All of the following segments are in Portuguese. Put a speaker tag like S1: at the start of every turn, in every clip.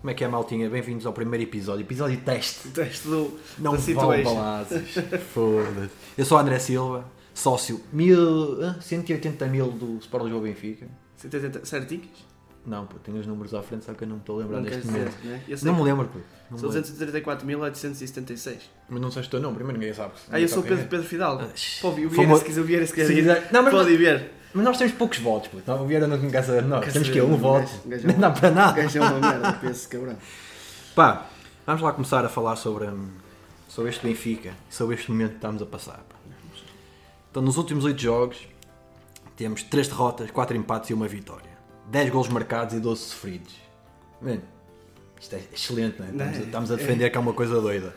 S1: Como é que é, maltinha? Bem-vindos ao primeiro episódio, episódio teste.
S2: Teste do
S1: Não
S2: da
S1: vão
S2: situation.
S1: balazes. Foda-se. Eu sou o André Silva, sócio mil, hã? 180 mil do Sport Lisboa Benfica.
S2: 180 certinhos?
S1: Não, pô, tenho os números à frente, só que eu não me estou a lembrar
S2: Não
S1: neste
S2: queres
S1: momento.
S2: dizer, né? Eu sei
S1: Não me lembro, pô. Não
S2: que
S1: me
S2: São
S1: lembro.
S2: 233.876.
S1: Mas não sei se teu nome, primeiro ninguém sabe.
S2: Ah, eu sou o
S1: Ninguém sabe quem
S2: Pedro,
S1: é.
S2: Pedro Fidalgo.
S1: Ah, shh.
S2: Pô, o Vieira,
S1: Famoso.
S2: se quiser, o Vieira, se quiser.
S1: Se quiser- Não, mas-
S2: Pode ir ver.
S1: Mas nós temos poucos votos, pô. Então, o Vieira não quer saber de nós.
S2: Quer
S1: Temos
S2: saber
S1: que
S2: de
S1: Um
S2: mim,
S1: voto.
S2: gajo, gajo é
S1: Não dá para
S2: O
S1: nada.
S2: gajo é uma merda, penso, cabrão.
S1: Pá, vamos lá começar a falar sobre, hum, sobre este Benfica, sobre este momento que estamos a passar. pá. Então, nos últimos 8 jogos, temos 3 derrotas, 4 empates e uma vitória. 10 golos marcados e 12 sofridos. Mano, isto é excelente, não é?
S2: Não é?
S1: Estamos, a- estamos a defender que é uma coisa doida.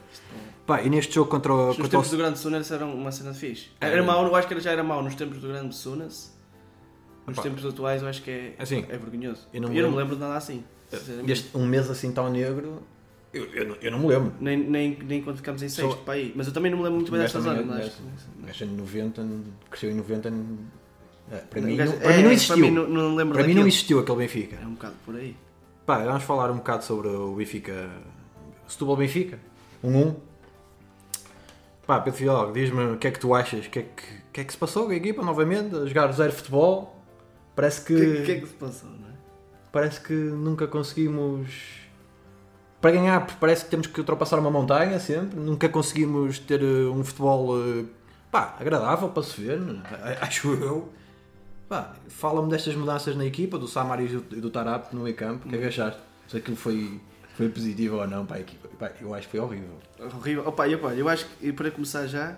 S1: Pá, e neste jogo contra o.
S2: Os
S1: Contra o
S2: tempos do Grande Sunas era uma cena fixe. Era
S1: Era.
S2: mau, eu acho que era- já era mau nos tempos do Grande Sunas. Nos
S1: Opa.
S2: tempos atuais, eu acho que é,
S1: Assim,
S2: é vergonhoso.
S1: eu não me
S2: eu não me
S1: lembro-
S2: lembro de nada assim. sinceramente.
S1: este- um mês assim tão negro, eu, eu, não- eu não me lembro.
S2: Nem, nem, nem quando ficámos em
S1: Só-
S2: sexto, para aí. Mas eu também não me lembro muito bem desta
S1: Gasta
S2: zona.
S1: ninguém-
S2: Mas...
S1: gasta- gasta em 90, cresceu em 90. n- é, para, mim,
S2: Mas-
S1: não, para mim
S2: é,
S1: não existiu.
S2: Para mim não, não lembro
S1: Para mim
S2: daquilo.
S1: não existiu aquele Benfica.
S2: É um bocado por aí.
S1: Pá, vamos falar um bocado sobre o Benfica. Setúbal Benfica. 1-1. Um, um. Pá, Pedro Fidalgo, diz-me o que é que tu achas? O que, é que, o que é que se passou com a equipa novamente? A jogar zero futebol? Parece que,
S2: O que, que é que se passou, não é?
S1: parece que nunca conseguimos. Para ganhar, parece que temos que ultrapassar uma montanha sempre. Nunca conseguimos ter eh, um futebol eh, pá, agradável para se ver, não é? acho eu. Pá, Fala-me destas mudanças na equipa, do Samaris e do, e do Tarap no meio campo. O
S2: Uhum.
S1: que é que achaste? Se aquilo foi, foi positivo ou não para a equipa? Pá, eu acho que foi horrível.
S2: Horrível. Opa, e opa, eu acho que para começar já,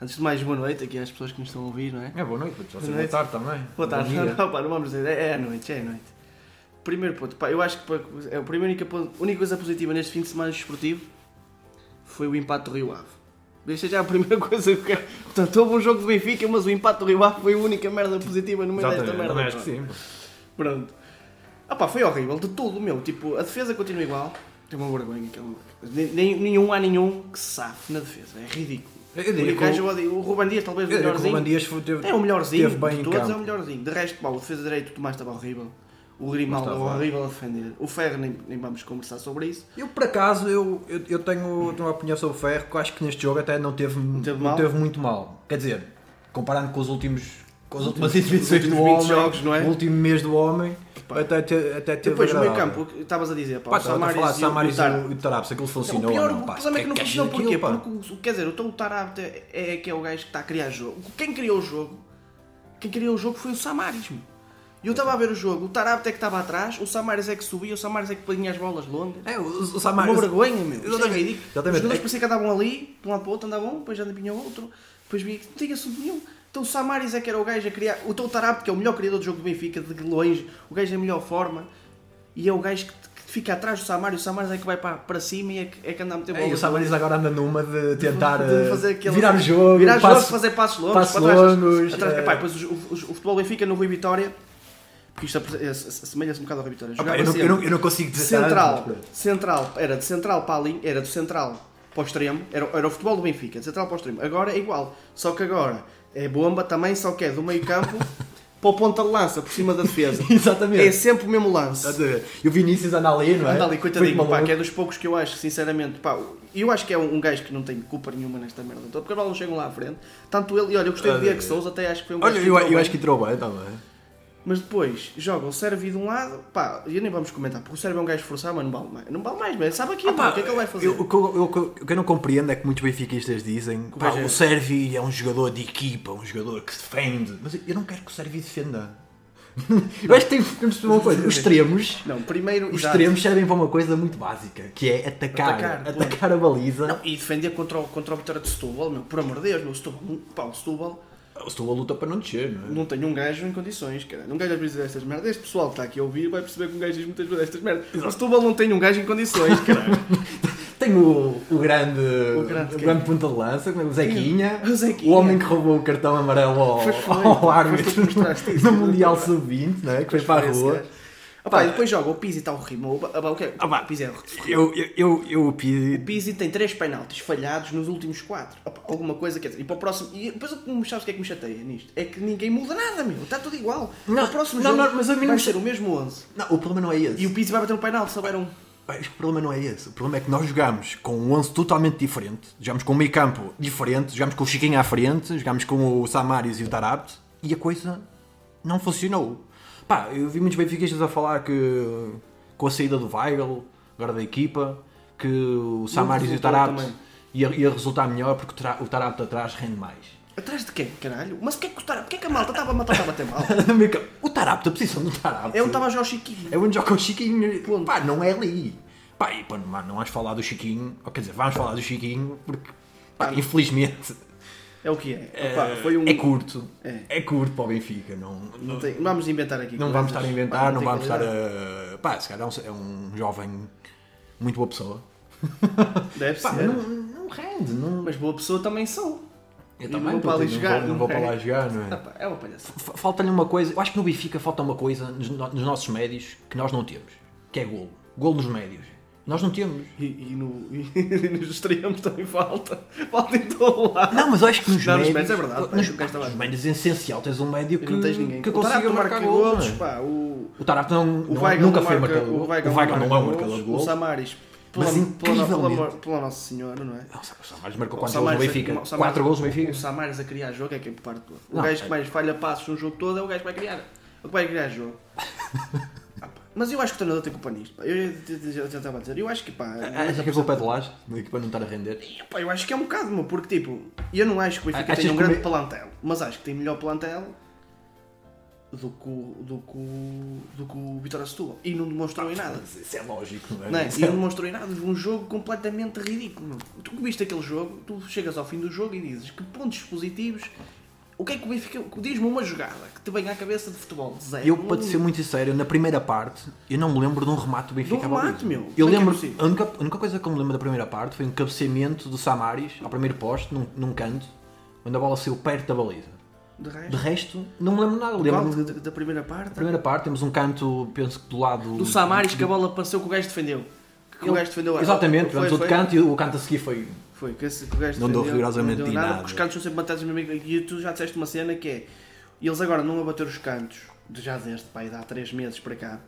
S2: antes de mais, boa noite aqui às pessoas que nos estão a ouvir, não é?
S1: É, boa noite, para vocês.
S2: Boa
S1: Boa
S2: noite.
S1: tarde também.
S2: Boa tarde.
S1: dia.
S2: Não, não, pá, não vamos dizer. É, é à noite, já é à noite. Primeiro ponto, pá, eu acho que para- é a primeira única, ponto- única coisa positiva neste fim de semana desportivo foi o empate do Rio Ave. Deixa já a primeira coisa que eu quero. Portanto, houve um jogo do Benfica, mas o empate do Rio Ave foi a única merda positiva no meio desta
S1: Exatamente,
S2: merda.
S1: também acho que
S2: pá.
S1: sim.
S2: Pronto. Ah pá, foi horrível, de tudo, meu. Tipo, a defesa continua igual. Tem uma vergonha aquele maluco. Nem- nem- Nenhum há nenhum que se safe na defesa. É ridículo.
S1: Eu
S2: O,
S1: diria
S2: único
S1: que o-
S2: gajo, eu odeio- o Ruben Dias talvez
S1: Eu
S2: o
S1: diria que o
S2: melhorzinho.
S1: Ruben Dias foi- teve-
S2: É o melhorzinho
S1: teve bem
S2: de
S1: em
S2: todos, é o
S1: campo.
S2: melhorzinho. De resto, pá, o defesa direito, o Tomás estava horrível. O Grimaldo
S1: Mas
S2: estava
S1: estava.
S2: horrível a defender. O Ferro, nem, nem vamos conversar sobre isso.
S1: Eu, por acaso, eu, eu, eu tenho uma opinião sobre o Ferro que eu acho que neste jogo até não teve, não
S2: teve
S1: teve,
S2: mal?
S1: muito mal. Quer dizer, comparando com os últimos. Com as últimas
S2: últimos
S1: exibições do
S2: 20
S1: homem,
S2: jogos, não é?
S1: o último mês do homem,
S2: Pá.
S1: até, te- até teve.
S2: Depois, o meio
S1: agradável.
S2: campo, o que estavas a dizer, pá,
S1: Pá,
S2: o
S1: estava a
S2: Samaris,
S1: falar de
S2: e o
S1: Samaris
S2: Tarap.
S1: e o- e o Tarap, se aquilo
S2: Não, o
S1: funcionou.
S2: pior,
S1: ou
S2: o
S1: pá,
S2: problema é que não
S1: achas
S2: funcionou. Porquê?
S1: daquilo, pá?
S2: Porque, o- quer dizer, o Tom Tarab é, é que é o gajo que está a criar jogo. Quem criou o jogo? Quem criou o jogo foi o Samaris, meu. E eu estava a ver o jogo, o Tarab é que estava atrás, o Samaris é que subia, o Samaris é que punha as bolas longas.
S1: É, o, o
S2: Uma
S1: Samaris.
S2: vergonha, meu. Isto é
S1: Exatamente.
S2: ridículo. Os
S1: Exatamente.
S2: jogadores
S1: É-
S2: parecia que andavam ali, de um lado para o outro, andavam, depois já vinha outro, depois vinha que não tinha assunto nenhum. Então o Samaris é que era o gajo a criar. O Tom Tarab, que é o melhor criador do jogo do Benfica, de longe, o gajo da melhor forma, e é o gajo que, que fica atrás do Samaris, o Samaris é que vai para, para cima e é que, é que anda a meter
S1: É, e
S2: bola.
S1: o Samaris agora anda numa de tentar
S2: De
S1: eh,
S2: fazer aquele-
S1: virar o jogo,
S2: virar jogo,
S1: passo-
S2: fazer passos longos,
S1: passos
S2: para trás,
S1: longos,
S2: atrás-
S1: eh.
S2: Epá, depois o, o- o futebol Benfica no Rui Vitória, porque isto apre- é- se- assemelha-se um bocado ao Rui Vitória.
S1: Ah, pá,
S2: Jogava
S1: eu, não, eu,
S2: sempre-
S1: não, eu não consigo dizer
S2: Central,
S1: tanto, mas pronto.
S2: central, era de central para a linha, era do central para o extremo, era, era o futebol do Benfica, de central para o extremo. Agora é igual, só que agora é bomba também, só que é do meio campo para o ponta de lança, por cima da defesa.
S1: Exatamente. Tá
S2: é sempre o mesmo lance.
S1: Exatamente. E o Vinícius anda ali, não é?
S2: Anda ali, coitadinho,
S1: Foi
S2: pá,
S1: maluco.
S2: que é dos poucos que eu acho, sinceramente, pá, eu acho que é um, um gajo que não tem culpa nenhuma nesta merda toda, porque agora não chegam lá à frente. Tanto ele, e olha, eu gostei do Diego Souza, até acho que foi um gajo
S1: Olha,
S2: que
S1: eu,
S2: entrou
S1: eu
S2: bem.
S1: acho que entrou bem também.
S2: Mas depois joga o Sérvio de um lado, pá, e nem vamos comentar, porque o Sérvio é um gajo forçado, mas não vale mais. Não vale mais, mas sabe aquilo,
S1: Ah, pá,
S2: o que é que ele vai fazer?
S1: eu- o que eu- eu- o que eu não compreendo é que muitos benfiquistas dizem que
S2: gajo é-
S1: o Sérvi é um jogador de equipa, um jogador que se defende. Mas eu não quero que o Sérvi defenda. Eu acho que temos que perceber uma coisa: os extremos,
S2: Não, primeiro
S1: os
S2: exato.
S1: extremos servem para uma coisa muito básica, que é atacar,
S2: Atacar,
S1: atacar,
S2: claro.
S1: a baliza.
S2: Não, e defender contra o, contra o Vitória de Setúbal, meu, por amor de Deus, meu, Setúbal, pá, o Setúbal
S1: Não. Estou a luta para não descer, não é?
S2: não tem um gajo em condições, cara. Um gajo às vezes diz estas merdas. Este pessoal que está aqui a ouvir vai perceber que um gajo diz muitas vezes estas merdas. O Setúbal não tem um gajo em condições, caralho.
S1: Tem o, o grande,
S2: O
S1: o
S2: grande
S1: grande,
S2: quem?
S1: ponta de lança, como é o Zequinha,
S2: O Zequinha.
S1: o homem que roubou o cartão amarelo ao,
S2: Foi, foi.
S1: ao árbitro
S2: Foi tu que mostraste isso.
S1: no Mundial Sub-20, não é? que foi para a
S2: Esse
S1: rua.
S2: gajo. Ah, pá, e depois joga o Pizzi está horrível. Ah, pá, o que é?
S1: Ah, pá.
S2: O Pizzi é horrível.
S1: Eu, eu, eu, eu o
S2: O
S1: Pizzi.
S2: Pizzi tem três penaltis falhados nos últimos quatro. Opa, alguma coisa quer dizer. E para o próximo. E depois o que me sabes o que é que me chateia nisto? É que ninguém muda nada, meu. Está tudo igual.
S1: Não,
S2: Para o próximo
S1: não,
S2: jogo
S1: não, mas a mim não
S2: vai
S1: me
S2: ser
S1: chate-
S2: o mesmo 11.
S1: Não, o problema não é esse.
S2: E o Pizzi vai bater um penalti, se houver um.
S1: Bem, o problema não é esse. O problema é que nós jogámos com um 11 totalmente diferente. Jogámos com um meio campo diferente. Jogámos com o Chiquinho à frente. Jogámos com o Samaris e o Tarabt. E a coisa não funcionou. Pá, eu vi muitos benfiquistas a falar que com a saída do Weigl, agora da equipa, que o Samaris e o
S2: resultou
S1: Tarabt
S2: também.
S1: ia, ia resultar melhor porque o Tra- o Tarabt atrás rende mais.
S2: Atrás de quem, caralho? Mas o que é que o Tarap? Porquê que a malta estava a matar, estava a bater mal?
S1: Meio campo. o Tarabt, a posição do Tarabt.
S2: É onde estava a jogar o Chiquinho.
S1: É onde joga o Chiquinho. Pá, não é ali. Pá, e pá, não, não vamos falar do Chiquinho. Ou quer dizer, vamos falar do Chiquinho porque, pá, infelizmente,
S2: É o que é.
S1: é,
S2: Opa, foi um...
S1: é curto.
S2: É.
S1: É. curto para o Benfica. Não,
S2: Não,
S1: não,
S2: tem- não vamos inventar aqui.
S1: não
S2: coisas.
S1: vamos estar a
S2: Pá,
S1: inventar, não
S2: tem
S1: vamos estar
S2: qualidade.
S1: a. Pá, se calhar é um, é um jovem muito boa pessoa.
S2: Deve
S1: Pá,
S2: ser.
S1: não, não rende. Não...
S2: Mas boa pessoa também sou.
S1: Eu
S2: E
S1: também
S2: vou
S1: puto,
S2: para ali
S1: não
S2: jogar,
S1: vou-
S2: não
S1: Não vou para
S2: é?
S1: lá jogar, não é?
S2: Opa, é uma palhaçada.
S1: F- Falta-lhe uma coisa, eu acho que no Benfica falta uma coisa nos, no- nos nossos médios que nós não temos, que é golo. Golo nos médios. Nós não temos.
S2: E, e no, e nos extremos também falta. Falta em todo lado.
S1: Não, mas eu acho que nos
S2: Não, nos
S1: médios.
S2: médios é verdade, pá,
S1: Nos,
S2: o gajo está lá.
S1: nos médios é essencial, tens um médio que,
S2: E não tens ninguém.
S1: que
S2: O Tarap
S1: consiga
S2: não
S1: marcar
S2: marca
S1: gols.
S2: golos,
S1: não é?
S2: pá, o,
S1: O Tarap não,
S2: o
S1: não-
S2: Weigl
S1: nunca
S2: não
S1: foi
S2: marca-
S1: marcador.
S2: O Weigl,
S1: não é um marcador de
S2: golos, O
S1: gols.
S2: Samaris,
S1: Mas
S2: pela, pela, pela,
S1: incrivelmente.
S2: pela, pela Nossa Senhora, não é?
S1: Nossa, O Samaris marcou
S2: O
S1: quantos gols no
S2: Samaris a-
S1: Benfica?
S2: o Samaris-
S1: Quatro gols no Benfica?
S2: O Samaris a criar jogo é quem parte toda. O
S1: Não,
S2: gajo
S1: é-
S2: que mais falha passos no jogo todo é o gajo que vai criar. O que vai criar jogo. Ah, pá. Mas eu acho que o treinador tem culpa nisto. pá. Eu já- já já- já estava a dizer. Eu acho que pá.
S1: Acho que é culpa é de Laje, da equipa não estar a render.
S2: E, pá, eu acho que é um bocado, meu, porque tipo, eu não acho que o Benfica
S1: Achas
S2: tenha um
S1: que o
S2: grande
S1: me-
S2: plantel, mas acho que tem melhor plantel do que o, do que o, do que o Vitória Setúbal. E não demonstrou em nada.
S1: Mas Isso é lógico, não é?
S2: Não é?
S1: Isso
S2: E
S1: é-
S2: não demonstrou em nada. Um jogo completamente ridículo. meu. Tu que viste aquele jogo, tu chegas ao fim do jogo e dizes que pontos positivos. O que é que o Benfica. Diz-me uma jogada que te venha à cabeça de futebol. Zero.
S1: Eu,
S2: Um-
S1: para te ser muito sincero, na primeira parte, eu não me lembro de um remate do Benfica.
S2: De um
S1: à baliza.
S2: remate, meu. Como é
S1: Eu
S2: que é
S1: lembro,
S2: possível?
S1: a, única, a única coisa que eu me lembro da primeira parte foi um cabeceamento do Samaris ao primeiro poste, num, num canto, onde a bola saiu perto da baliza. De
S2: De resto.
S1: resto, não me lembro nada.
S2: qual
S1: Lembro-me
S2: da- da primeira parte.
S1: da primeira parte, temos um canto, penso que do lado...
S2: Do Samaris que a bola passou que o gajo defendeu. Que o gajo defendeu.
S1: Exatamente,
S2: Foi-
S1: tivemos outro
S2: foi-
S1: canto e o canto a seguir foi...
S2: Foi, que esse que o gajo
S1: Não dou
S2: defendeu,
S1: rigorosamente
S2: não deu
S1: em nada.
S2: Porque os cantos são sempre matados mesmo. E tu já disseste uma cena que é. Eles agora não a bater os cantos, de já desde pai, de há 3 meses para cá.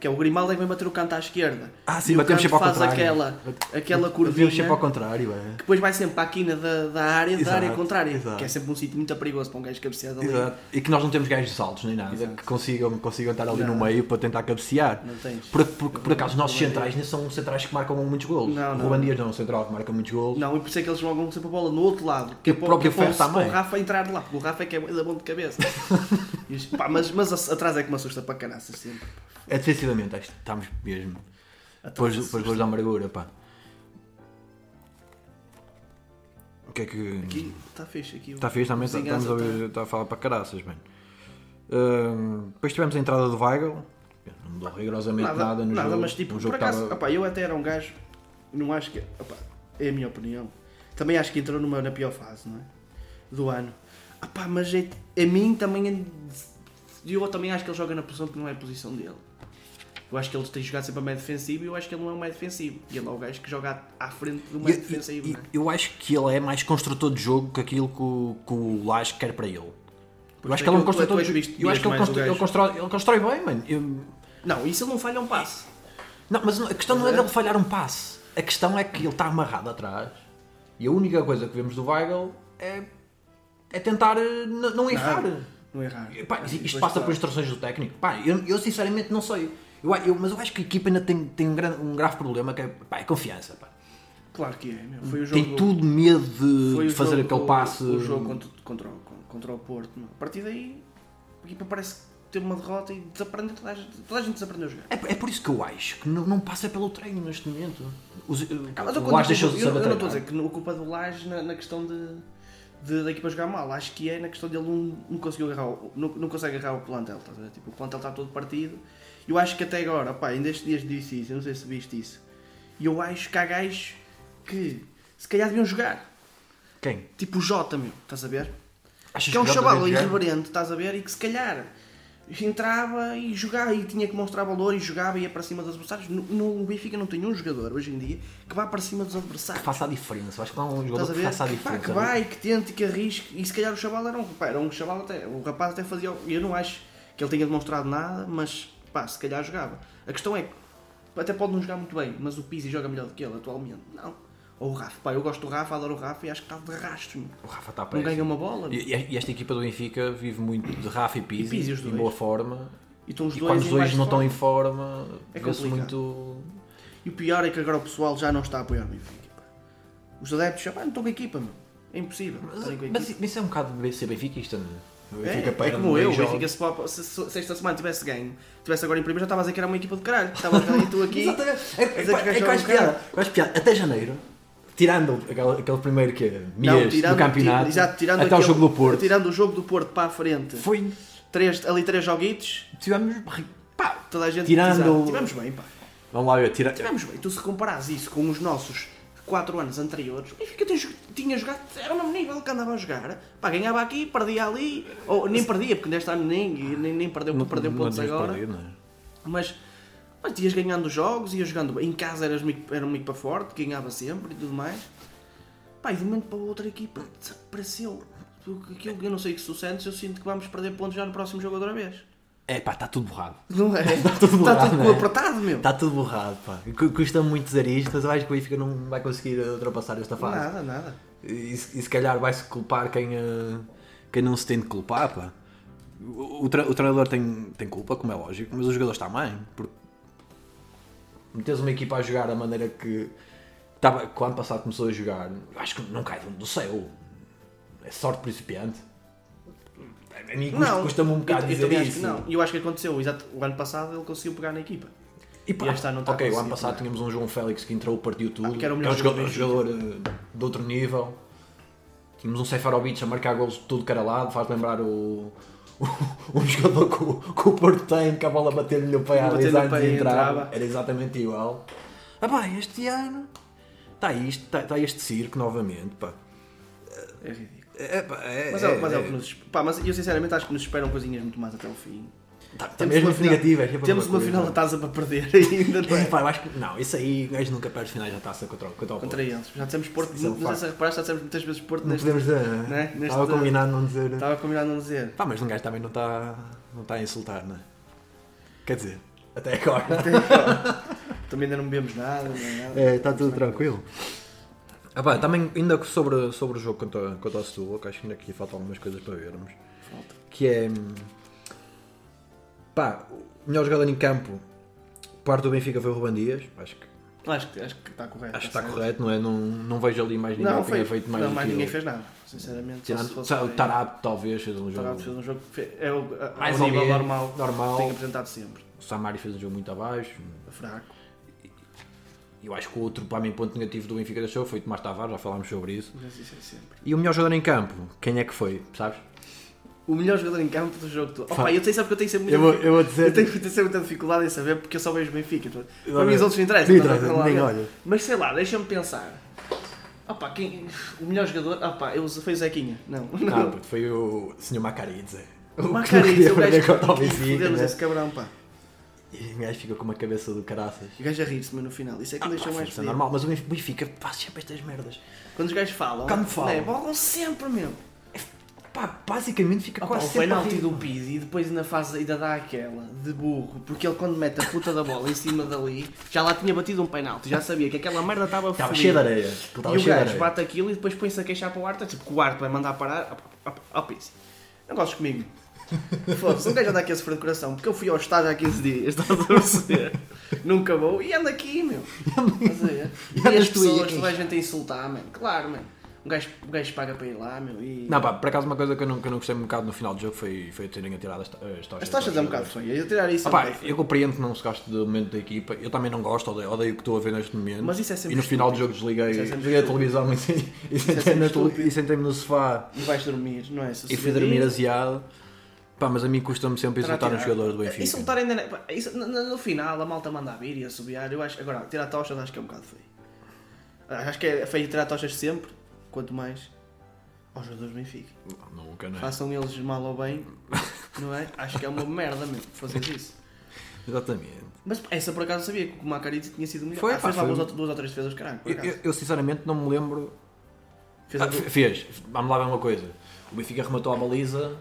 S2: Que é o Grimaldo é que vem bater o canto à esquerda.
S1: Ah, sim,
S2: E o
S1: batemos
S2: canto
S1: sempre ao
S2: faz
S1: contrário.
S2: aquela, aquela curvinha.
S1: Corvemos sempre ao contrário, é.
S2: que depois vai sempre para a quina da, da área, da
S1: Exato,
S2: área contrária.
S1: exato.
S2: Que é sempre um sítio muito perigoso para um gajo cabeceado ali.
S1: Exato. E que nós não temos gajos altos nem nada que consigam, consigam estar ali no
S2: Não.
S1: meio para tentar cabecear.
S2: Não tens.
S1: Por, por, por acaso, os nossos centrais nem são centrais que marcam muitos golos.
S2: Não,
S1: o
S2: não.
S1: Ruben Dias não é um central que marca muitos golos.
S2: Não, e por isso é que eles jogam sempre a bola no outro lado. é
S1: E o
S2: para-
S1: próprio
S2: para o-
S1: Ferro também.
S2: para o Rafa entrar de lá, porque o Rafa é que é bué da bom de cabeça. E isto- pá, mas, mas a- atrás é que me assusta para caraças sempre.
S1: É defensivamente, acho que estamos mesmo.
S2: Ah, tá
S1: Depois, depois golos da amargura, pá. O que é que.
S2: Aqui está fixe. Aqui, um
S1: Está fixe também, tá- estamos a, ouvir- tá a falar para caraças, mano. Hum, depois tivemos a entrada do Weigl. Não mudou rigorosamente nada,
S2: Nada, nada,
S1: no jogo.
S2: mas tipo,
S1: Um
S2: por
S1: jogo que
S2: acaso,
S1: tava-
S2: opá, eu até era um gajo, não acho que, opá, é a minha opinião, também acho que entrou numa, na pior fase, não é? Do ano. Opá, mas é, a mim também, é- eu também acho que ele joga na posição que não é a posição dele. Eu acho que ele tem jogado sempre a meio defensivo e eu acho que ele não é um meio defensivo. E ele é o gajo que joga à à frente do
S1: E-
S2: meio defensivo,
S1: e-
S2: não é?
S1: Eu acho que ele é mais construtor de jogo que aquilo que o, que o Lage quer para ele. Eu acho
S2: é
S1: que ele é um
S2: que tu- tu
S1: construtor
S2: és
S1: de
S2: visto
S1: jogo. Eu acho que ele,
S2: mais o
S1: constrói, ele,
S2: gajo.
S1: constrói, ele constrói bem, mano. Eu-
S2: Não, isso ele não falha um passe.
S1: Não, mas a questão não é
S2: Mas é.
S1: dele falhar um passe. A questão é que ele está amarrado atrás. E a única coisa que vemos do Weigl é, é tentar eh, n- não errar.
S2: Não é raro.
S1: Pá, isto passa por instruções do técnico. Pá, eu, eu sinceramente não sei. Eu, eu- mas eu acho que a equipa ainda tem, tem um, grande, um grave problema que é, pá, é confiança. pá.
S2: Claro que é, meu. Foi o jogo
S1: Tem tudo medo
S2: Foi
S1: de
S2: o
S1: fazer
S2: jogo-
S1: aquele
S2: o-
S1: passe.
S2: O jogo contra, contra, o- contra o Porto. meu. A partir daí, a equipa parece que teve uma derrota e desaprende. Toda a gente, toda a gente desaprendeu a jogar.
S1: É, é por isso que eu acho que não, não passa pelo treino neste momento. Os, eh,
S2: Ah, Mas
S1: Ah, o
S2: quando
S1: Lage
S2: digo-
S1: deixou de
S2: eu,
S1: saber
S2: eu não estou a
S1: treinar.
S2: dizer que não- a culpa é do Laje na, na questão de, de- da equipa jogar mal. Acho que é na questão dele não, não, conseguiu agarrar, o- não, não consegue agarrar o plantel. estás a ver? Tipo, o plantel está todo partido. Eu acho que até agora, pá, ainda estes dias disse isso, eu não sei se viste isso. E eu acho que há gajos que se calhar deviam jogar.
S1: Quem?
S2: Tipo o Jota, meu, estás a ver?
S1: Achas
S2: que é um
S1: o Jota
S2: chaval
S1: deve jogar?
S2: irreverente, estás a ver? E que se calhar entrava e jogava e tinha que mostrar valor e jogava e ia para cima dos adversários. No, no Benfica não tem um jogador hoje em dia que vá para cima dos
S1: Que
S2: adversários.
S1: faça a diferença. Eu Acho que não há um jogador
S2: Estás a
S1: que faça a
S2: ver? Que, pá,
S1: diferença. né?
S2: que vai, que tente, que arrisque. E se calhar o chaval era um, pá, era um chaval até. O rapaz até fazia. Eu não acho que ele tenha demonstrado nada, mas pá, se calhar jogava. A questão é que pá, até pode não jogar muito bem, mas o Pizzi joga melhor do que ele atualmente. Não. Ou o Rafa. Pá, eu gosto do Rafa, adoro o Rafa e acho que está de rastro. meu.
S1: O Rafa está
S2: Não
S1: péssimo.
S2: ganha uma bola. meu.
S1: E e esta equipa do Benfica vive muito de Rafa e Pizzi,
S2: E Pizzi, os
S1: em
S2: dois.
S1: boa forma.
S2: E estão os
S1: E
S2: dois
S1: quando
S2: em
S1: os dois
S2: baixo
S1: não
S2: de
S1: estão
S2: forma.
S1: em forma,
S2: É
S1: vê-se
S2: complicado.
S1: muito.
S2: E o pior é que agora o pessoal já não está a apoiar o Benfica. pá. Os adeptos já, pá, não estão com a equipa, meu. É impossível.
S1: Mas,
S2: estarem com a
S1: mas
S2: equipa.
S1: isso é um bocado de ser benfiquista, não é? O
S2: É,
S1: Benfica
S2: é
S1: perde
S2: como
S1: dois
S2: eu, o
S1: jogos.
S2: Benfica se, se, se esta semana tivesse ganho, tivesse agora em primeiro, já estava a dizer que era uma equipa de caralho. Estava a dizer, tu aqui,
S1: Exatamente. É,
S2: Mas
S1: é,
S2: é que
S1: é,
S2: os gajos
S1: quase
S2: jogam
S1: piada. quase piada. Até janeiro, tirando aquele, aquele primeiro que é
S2: não,
S1: mês
S2: tirando,
S1: do campeonato,
S2: exato, tirando
S1: até o
S2: aquele-
S1: jogo do Porto,
S2: Tirando o jogo do Porto para a frente,
S1: foi.
S2: três, ali três joguitos,
S1: Tivemos. Pá,
S2: toda a gente
S1: Tirando-
S2: exato, Tivemos bem, pá.
S1: vamos lá ver. Tira...
S2: Tivemos bem. Então, Tu se comparares isso com os nossos 4 anos anteriores, o Benfica tem jo- tinha jogado, era o mesmo nível que andava a jogar. Pá, ganhava aqui, perdia ali, ou nem perdia, porque neste ano nem, nem, nem perdeu, perdeu pontos
S1: tens
S2: um agora.
S1: perdido, não é?
S2: Mas, mas ias ganhando jogos, ias jogando bem. Em casa eras muito, era muito para forte, ganhava sempre e tudo mais. Pá, e de um momento para o outro a equipa desapareceu. Tu- Aquilo que eu não sei o que se tu sentes, eu sinto que vamos perder pontos já no próximo jogo outra vez.
S1: É pá, está tudo borrado.
S2: Não é? Está
S1: tudo borrado, não é?
S2: apertado, meu.
S1: Está tudo borrado, pá. Cu- Custa muito zaristas. Eu acho que o Benfica não vai conseguir ultrapassar esta fase.
S2: Nada, nada.
S1: E, se e se calhar vai-se culpar quem, eh, quem não se tem de culpar, pá. O, o tre- o treinador tem, tem culpa, como é lógico, mas os jogadores também. Porque meteres uma equipa a jogar da maneira que estava que o ano passado começou a jogar, acho que não cai do- do céu. É sorte principiante. A mim custa-
S2: Não,
S1: custa-me um bocado
S2: eu, eu
S1: dizer
S2: também acho
S1: isso.
S2: que não. E eu acho que aconteceu, exato, o ano passado ele conseguiu pegar na equipa.
S1: E pá,
S2: E este ano não está
S1: ok, o ano
S2: conseguido,
S1: passado
S2: não é?
S1: tínhamos um João Félix que entrou, partiu tudo,
S2: Ah,
S1: que
S2: que era o
S1: é um
S2: melhor
S1: jogador,
S2: jogador
S1: jogador, eh, de outro nível. Tínhamos um Sefarovic a marcar golos de tudo que era lado, faz lembrar o, o- um jogador que o, que o Porto tem, que a bola bateu-lhe no pé há
S2: Bateu-lhe
S1: 10
S2: no
S1: anos
S2: pé
S1: e
S2: e
S1: entrava.
S2: entrava.
S1: Era exatamente igual. Ah pá, este ano está isto, está, está este circo novamente, pá.
S2: É ridículo.
S1: É, pá, é-
S2: Mas é,
S1: é-
S2: mas é o que nos. Pá, mas eu sinceramente acho que nos esperam coisinhas muito mais até o fim.
S1: tá- tá
S2: Temos
S1: mesmo
S2: uma final-
S1: negativa, é sempre
S2: Temos uma
S1: coisa.
S2: final da taça para perder ainda, não
S1: É,
S2: é?
S1: pá, eu acho que, não, isso aí, o gajo nunca perde finais da taça contra, o- contra o Porto.
S2: Contra eles. Já dissemos Porto,
S1: Isso é um
S2: não sei se
S1: facto.
S2: reparaste, já dissemos muitas vezes Porto
S1: Não
S2: neste.
S1: podemos dizer,
S2: né?
S1: né?
S2: Neste- Tá.
S1: Estava combinado não dizer.
S2: Estava combinado não dizer.
S1: Pá, mas um gajo também não está não tá a insultar, não é? Quer dizer, até agora.
S2: Até agora. Também ainda não bebemos nada, não é nada.
S1: Está tá tudo tranquilo. Ah, pá, também ainda sobre, sobre o jogo contra, contra o Setúbal, que acho que ainda aqui faltam algumas coisas para vermos.
S2: Falta.
S1: Que é. hum, Pá, o melhor jogador em campo, parte do Benfica foi o Ruban Dias. Acho que,
S2: Acho que, acho que está correto. tá
S1: acho que está
S2: certo.
S1: correto, não é? Não, não vejo ali mais ninguém
S2: Não,
S1: que
S2: foi,
S1: tenha feito mais
S2: não,
S1: do
S2: mais
S1: que
S2: ninguém
S1: ele.
S2: fez nada, sinceramente. só se
S1: Tirando,
S2: fosse
S1: só tá o
S2: para-
S1: Tarab talvez fez um
S2: o Tarab fez
S1: jogo.
S2: um jogo que fe- é o, a-
S1: Mais
S2: ao
S1: ou
S2: nível
S1: menos,
S2: normal,
S1: normal.
S2: que tem apresentado sempre.
S1: O Samari fez um jogo muito abaixo.
S2: Fraco.
S1: Eu acho que o outro, para mim, ponto negativo do Benfica deixou foi o Tomás Tavares, já falámos sobre isso.
S2: Mas isso é sempre.
S1: E o melhor jogador em campo, quem é que foi, sabes?
S2: O melhor jogador em campo do jogo todo.
S1: Fala.
S2: Opa, eu tenho, sabes que eu tenho sempre muita
S1: Eu vou, eu vou
S2: Eu
S1: dizer.
S2: tenho, tenho sempre muita dificuldade em saber porque eu só vejo Benfica. então, Para mim
S1: bem.
S2: os outros não
S1: Não
S2: interessam.
S1: interessa,
S2: então,
S1: ninguém
S2: realmente.
S1: olha.
S2: Mas sei lá, deixa-me pensar. Opa, quem, o melhor jogador. Opa, eu, foi o Zequinha. Não,
S1: Não,
S2: não.
S1: puto, foi o Sr. Macaridze. Ah, O que
S2: O
S1: não
S2: Macariz,
S1: queria
S2: o gajo
S1: perder
S2: que
S1: contra o
S2: que
S1: Benfica.
S2: fodemos
S1: né?
S2: esse cabrão, pá.
S1: E o gajo ficou com uma cabeça do caraças.
S2: O gajo a rir-se, mas no final. Isso é que me deixou
S1: Pá,
S2: mais
S1: Isso é
S2: feliz.
S1: normal, mas o Benfica faz sempre estas merdas.
S2: Quando os gajos falam.
S1: Quando
S2: né,
S1: falam.
S2: borram sempre, mesmo.
S1: É Pá, basicamente fica
S2: Opa,
S1: quase
S2: o
S1: sempre. a
S2: penalti
S1: rir.
S2: do Pizzi e depois ainda, faz, ainda dá aquela de burro, porque ele quando mete a puta da bola em cima dali, já lá tinha batido um penalti, já sabia que aquela merda estava
S1: Estava
S2: fodida.
S1: cheio de areia. Aquilo
S2: E
S1: Estava
S2: o
S1: cheio de
S2: gajo
S1: areia.
S2: bate aquilo e depois põe-se a queixar para o Arta, tipo, que o Arta vai mandar parar. Ó, ó, ó, Pizzi, não gostes comigo? Foda-se, um gajo anda aqui a sofrer de coração, porque eu fui ao estádio há 15 dias, estás a perceber? Nunca vou, e anda aqui, meu. Estás a ver?
S1: E
S2: E,
S1: andas
S2: as
S1: tu aí a
S2: pessoas, toda a gente a insultar, mano, claro, mano. Um gajo, um gajo paga para ir lá, meu, e...
S1: Não, pá, por acaso uma coisa que eu não, que eu não gostei um bocado no final do jogo foi, foi terem atirado as ta- as tochas.
S2: As taxas é um bocado feia, eu tirar
S1: Ah,
S2: isso é um
S1: pá,
S2: bocado feio.
S1: eu compreendo que não se gaste do momento da equipa. Eu também não gosto, odeio, odeio o que estou a ver neste momento.
S2: Mas isso é sempre
S1: E no final do jogo
S2: estúpido.
S1: desliguei,
S2: Isso é sempre
S1: desliguei a
S2: estúpido.
S1: televisão e sen- e
S2: é
S1: sentei-me
S2: sempre
S1: na tele-
S2: estúpido.
S1: e sentei-me no sofá
S2: E vais dormir, não é?
S1: e fui dormir aziado. Pá, mas a mim custa-me sempre insultar os jogadores do Benfica.
S2: Insultar ainda. não é- pá, Isso, no, no- no final, a malta manda a vir e a subiar. Eu acho, agora, tirar tochas acho que é um bocado feio. Acho que é feio tirar tochas sempre, quanto mais aos jogadores do Benfica.
S1: Não, Nunca, não é?
S2: Façam eles mal ou bem, não é? Acho que é uma merda mesmo fazer isso.
S1: Exatamente.
S2: Mas pá, essa por acaso sabia que o Macarizzi tinha sido o melhor.
S1: Foi,
S2: ah,
S1: pá,
S2: fez lá
S1: foi. um-
S2: duas, ou- duas ou três defesas, caralho. Por
S1: Eu,
S2: acaso.
S1: eu- eu, sinceramente não me lembro.
S2: Fez
S1: Ah,
S2: a-
S1: fe- fez, vamos lá ver uma coisa. O Benfica rematou a baliza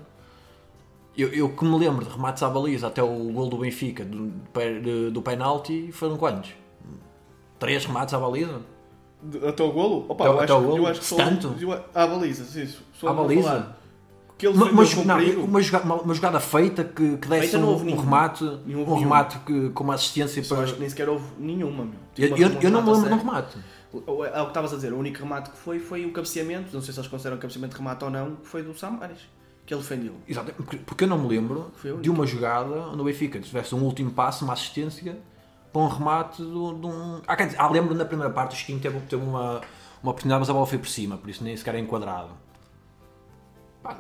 S1: Eu, eu que me lembro de remates à baliza até o gol do Benfica, do, pe- de- do penalti, foram quantos? Três remates à baliza?
S2: De- Até o golo? Opa,
S1: Até-
S2: eu,
S1: até
S2: acho,
S1: o golo?
S2: eu acho que só.
S1: Tanto?
S2: eu a- à baliza, sim. Só
S1: À
S2: vou
S1: baliza?
S2: falar. Que ele
S1: Uma,
S2: defendeu
S1: uma,
S2: com
S1: jo- não,
S2: perigo.
S1: uma joga- uma- uma jogada feita que, que desse
S2: Feita não
S1: um,
S2: houve
S1: um
S2: nenhuma.
S1: remate,
S2: Não houve
S1: um remate que, com uma assistência
S2: Eu
S1: para.
S2: acho que nem sequer houve nenhuma, meu.
S1: Eu,
S2: Tipo, Uma-
S1: eu,
S2: uma
S1: eu não me lembro de
S2: remata
S1: um remate.
S2: séria. É o que estavas a dizer, o único remate que foi foi o cabeceamento, não sei se eles consideram cabeceamento remate ou não, que foi do Samares, que ele defendeu.
S1: Exato, porque- porque eu não me lembro
S2: Foi a única.
S1: de uma jogada onde o Benfica tivesse um último passo, uma assistência para um remate do- de um. Ah, quer dizer, ah, lembro na primeira parte o Chiquinho teve, teve uma, uma oportunidade, mas a bola foi por cima, por isso nem sequer é enquadrado. Pá,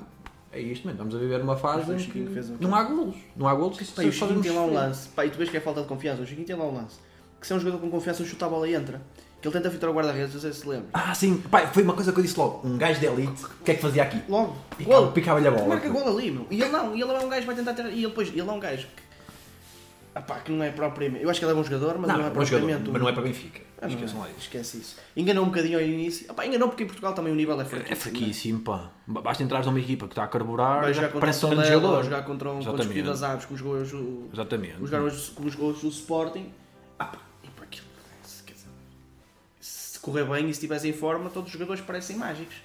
S1: é isto, mano. Estamos a viver uma fase
S2: Mas o
S1: em que
S2: Chiquinho fez um-
S1: não há golos. Não há golos e só
S2: Pá, e o Chiquinho
S1: fazemos
S2: tem lá um
S1: sofrer.
S2: lance, pá, e tu vês que é falta de confiança, o Chiquinho tem lá um lance, que se é um jogador com confiança, chuta a bola e entra. Que ele tenta filtrar o guarda-redes, não sei se se lembra.
S1: Ah, sim. Pá, foi uma coisa que eu disse logo. Um gajo de elite, o que é que fazia aqui?
S2: Logo,
S1: Picava-
S2: golo.
S1: Picava-lhe a bola.
S2: Marca gol ali, meu. E ele não, e ele é um gajo que vai tentar ter. E ele depois, ele é um gajo que. Ah pá, que não é propriamente. Eu acho que ele é bom jogador, mas não,
S1: Não,
S2: é
S1: é bom jogador,
S2: propriamente. um-
S1: mas não é para Benfica.
S2: Ah, não
S1: Esqueçam
S2: é.
S1: lá isso.
S2: Esquece isso. Enganou um bocadinho ao início. Ah pá, enganou porque em Portugal também o nível é fraquíssimo.
S1: É fraquíssimo, pá. Basta entrares numa equipa que está a carburar,
S2: Vai
S1: já
S2: jogar contra
S1: parece um
S2: o
S1: grande
S2: Tondela,
S1: jogador.
S2: ou jogar contra um contra os
S1: Exatamente.
S2: Pio das Aves, com os gols do,
S1: Exatamente.
S2: os jogadores com os gols do Sporting. Ah pá, e para aquilo parece, quer dizer, se correr bem e se estiveres em forma, todos os jogadores parecem mágicos.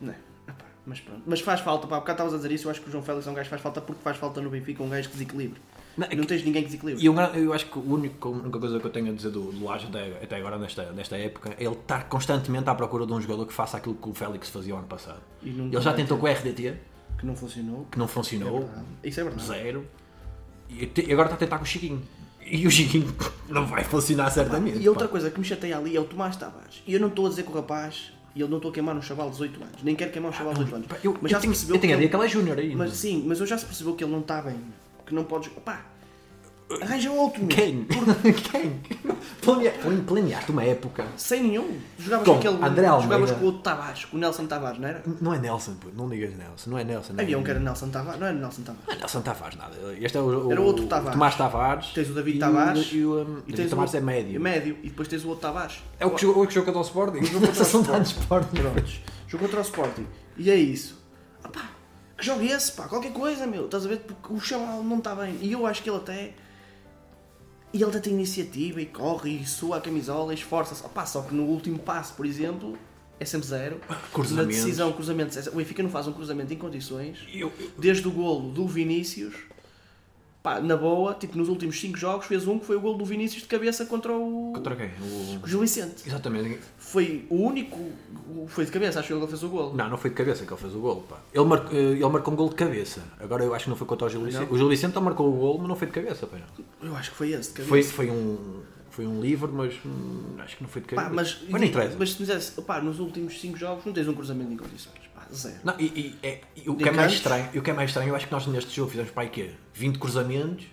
S2: Não, é? Ah pá, mas pronto. Mas faz falta, pá, há bocado estavas a dizer isso, eu acho que o João Félix é um gajo que faz falta porque faz falta no Benfica um gajo que desequilibra.
S1: Não,
S2: Não,
S1: é que-
S2: tens ninguém que desequilibre.
S1: E eu, eu acho que o único- a única coisa que eu tenho a dizer do, do Laje até, até agora, nesta, nesta época, é ele estar constantemente à procura de um jogador que faça aquilo que o Félix fazia o ano passado.
S2: E nunca
S1: ele já
S2: vai
S1: tentou com o RDT,
S2: Que não funcionou.
S1: que não
S2: É
S1: funcionou,
S2: verdade. Isso é verdade.
S1: zero, e, te- e agora está a tentar com o Chiquinho. E o Chiquinho não vai funcionar certamente.
S2: E outra
S1: pá.
S2: coisa que me chateia ali é o Tomás Tavares. E eu não estou a dizer que o rapaz, e ele não estou a queimar um chaval de 18 anos, nem quero queimar um chaval de 18 anos.
S1: Ah, Pá, eu,
S2: mas
S1: eu
S2: já se
S1: tenho,
S2: percebeu
S1: eu tenho a
S2: que
S1: ideia
S2: ele-
S1: que ele é júnior ainda.
S2: Mas sim, mas eu já se percebeu que ele não está bem. Que não podes. Pá! Arranja um outro, meu.
S1: Quem? é? Quem? Plane- plane- Planeaste uma época.
S2: Sem nenhum. Jogavas
S1: Com
S2: com aquele.
S1: André
S2: jogavas
S1: Almeida.
S2: com o outro Tavares, com o Nelson Tavares, não era?
S1: Não é Nelson, pô. não digas Nelson, não é Nelson. Não é
S2: Havia um que
S1: Nelson.
S2: era Nelson Tavares, não era Nelson Tavares.
S1: Ah, Nelson Tavares, nada. Este é o, o,
S2: Era outro Tavares.
S1: Tomás Tavares.
S2: Tens o David
S1: e
S2: Tavares.
S1: E o, um, David Tavares
S2: o-
S1: é médio.
S2: Médio. E depois tens o outro Tavares.
S1: É o que jogou, o que jogou contra o Sporting.
S2: contra o
S1: Essa saudade de Sporting.
S2: Prontos. Jogo contra o Sporting. E é isso. Ah, pá, que jogo é esse, pá? Qualquer coisa, meu. Estás a ver? Porque o chaval não está bem. E eu acho que ele até. E ele até tem iniciativa e corre e sua a camisola e esforça-se. Ah, pá, só que no último passo, por exemplo, é sempre zero. Na
S1: cruzamentos.
S2: decisão, cruzamento. O Benfica não faz um cruzamento em condições.
S1: Eu, eu-
S2: Desde o golo do Vinícius. Pá, na boa, tipo, nos últimos 5 jogos fez um que foi o golo do Vinícius de cabeça contra o.
S1: contra quem? O-
S2: o Gil Vicente.
S1: Exatamente.
S2: Foi o único. Foi de cabeça, acho que ele fez o gol.
S1: Não, não foi de cabeça que ele fez o gol. Pá. Ele, mar, eh, ele marcou um gol de cabeça. Agora eu acho que não foi contra o Gil Vicente. O Gil Vicente não marcou o gol, mas não foi de cabeça. Pá. não.
S2: Eu acho que foi esse de cabeça.
S1: Foi, foi um. Foi um livre, mas hum, acho que não foi de
S2: Pá,
S1: cabeça.
S2: mas,
S1: nem interessa.
S2: mas se me dissesse, pá, nos últimos 5 jogos não tens um cruzamento em condições. Pá, zero.
S1: Não, e, e- é- e o,
S2: De
S1: que é mais
S2: cantos?
S1: estranho, e o que é mais estranho, eu acho que nós neste jogo fizemos para aí quê? 20 cruzamentos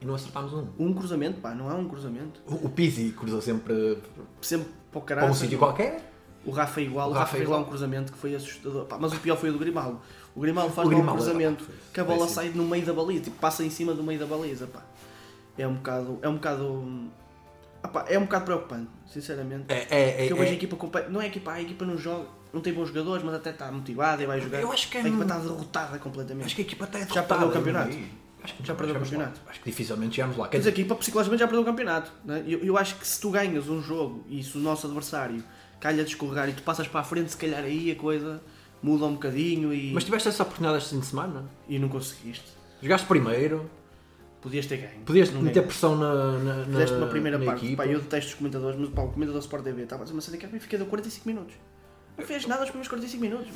S1: e não acertámos um.
S2: Um cruzamento, pá, não há um cruzamento.
S1: O, o Pizzi cruzou sempre
S2: Sempre para o
S1: para
S2: caralho.
S1: um sítio qualquer.
S2: O Rafa é igual, o
S1: O
S2: Rafa,
S1: Rafa é
S2: fez lá
S1: igual.
S2: um cruzamento que foi assustador. Pá, mas o pior foi o do Grimaldo. O Grimaldo faz
S1: O
S2: lá um
S1: Grimaldo,
S2: cruzamento
S1: pá, foi-
S2: que a bola
S1: péssimo.
S2: sai no meio da baliza, tipo, passa em cima do meio da baliza, pá. É um bocado. É um bocado. hum, ah, pá, é um bocado preocupante, sinceramente.
S1: É, é, é,
S2: Porque eu vejo a
S1: é,
S2: equipa compe- Não é a equipa, a equipa não joga, não tem bons jogadores, mas até está motivada e vai jogar.
S1: Eu acho que é
S2: a equipa
S1: um-
S2: está derrotada
S1: acho
S2: completamente.
S1: que é a equipa está
S2: Já perdeu o campeonato.
S1: Acho que
S2: Já perdeu o
S1: chegamos
S2: campeonato.
S1: Lá. Acho que dificilmente chegamos lá. Quer
S2: Mas a
S1: dizer,
S2: equipa psicologicamente já perdeu o campeonato. Né? Eu, eu acho que se tu ganhas um jogo e se o nosso adversário calha de escorregar e tu passas para a frente, se calhar aí a coisa muda um bocadinho e,
S1: mas tiveste essa oportunidade este fim de semana?
S2: e não conseguiste.
S1: Jogaste primeiro,
S2: Podias ter ganho.
S1: podias
S2: Não
S1: meter
S2: ganhaste.
S1: pressão na, na, na,
S2: Fizeste uma primeira
S1: na
S2: parte.
S1: equipa.
S2: Pá, eu detesto os comentadores, mas pá, o comentador do Sport TV estava a dizer é uma cena que fiquei de 45 minutos. Não fez nada nos primeiros 45 minutos.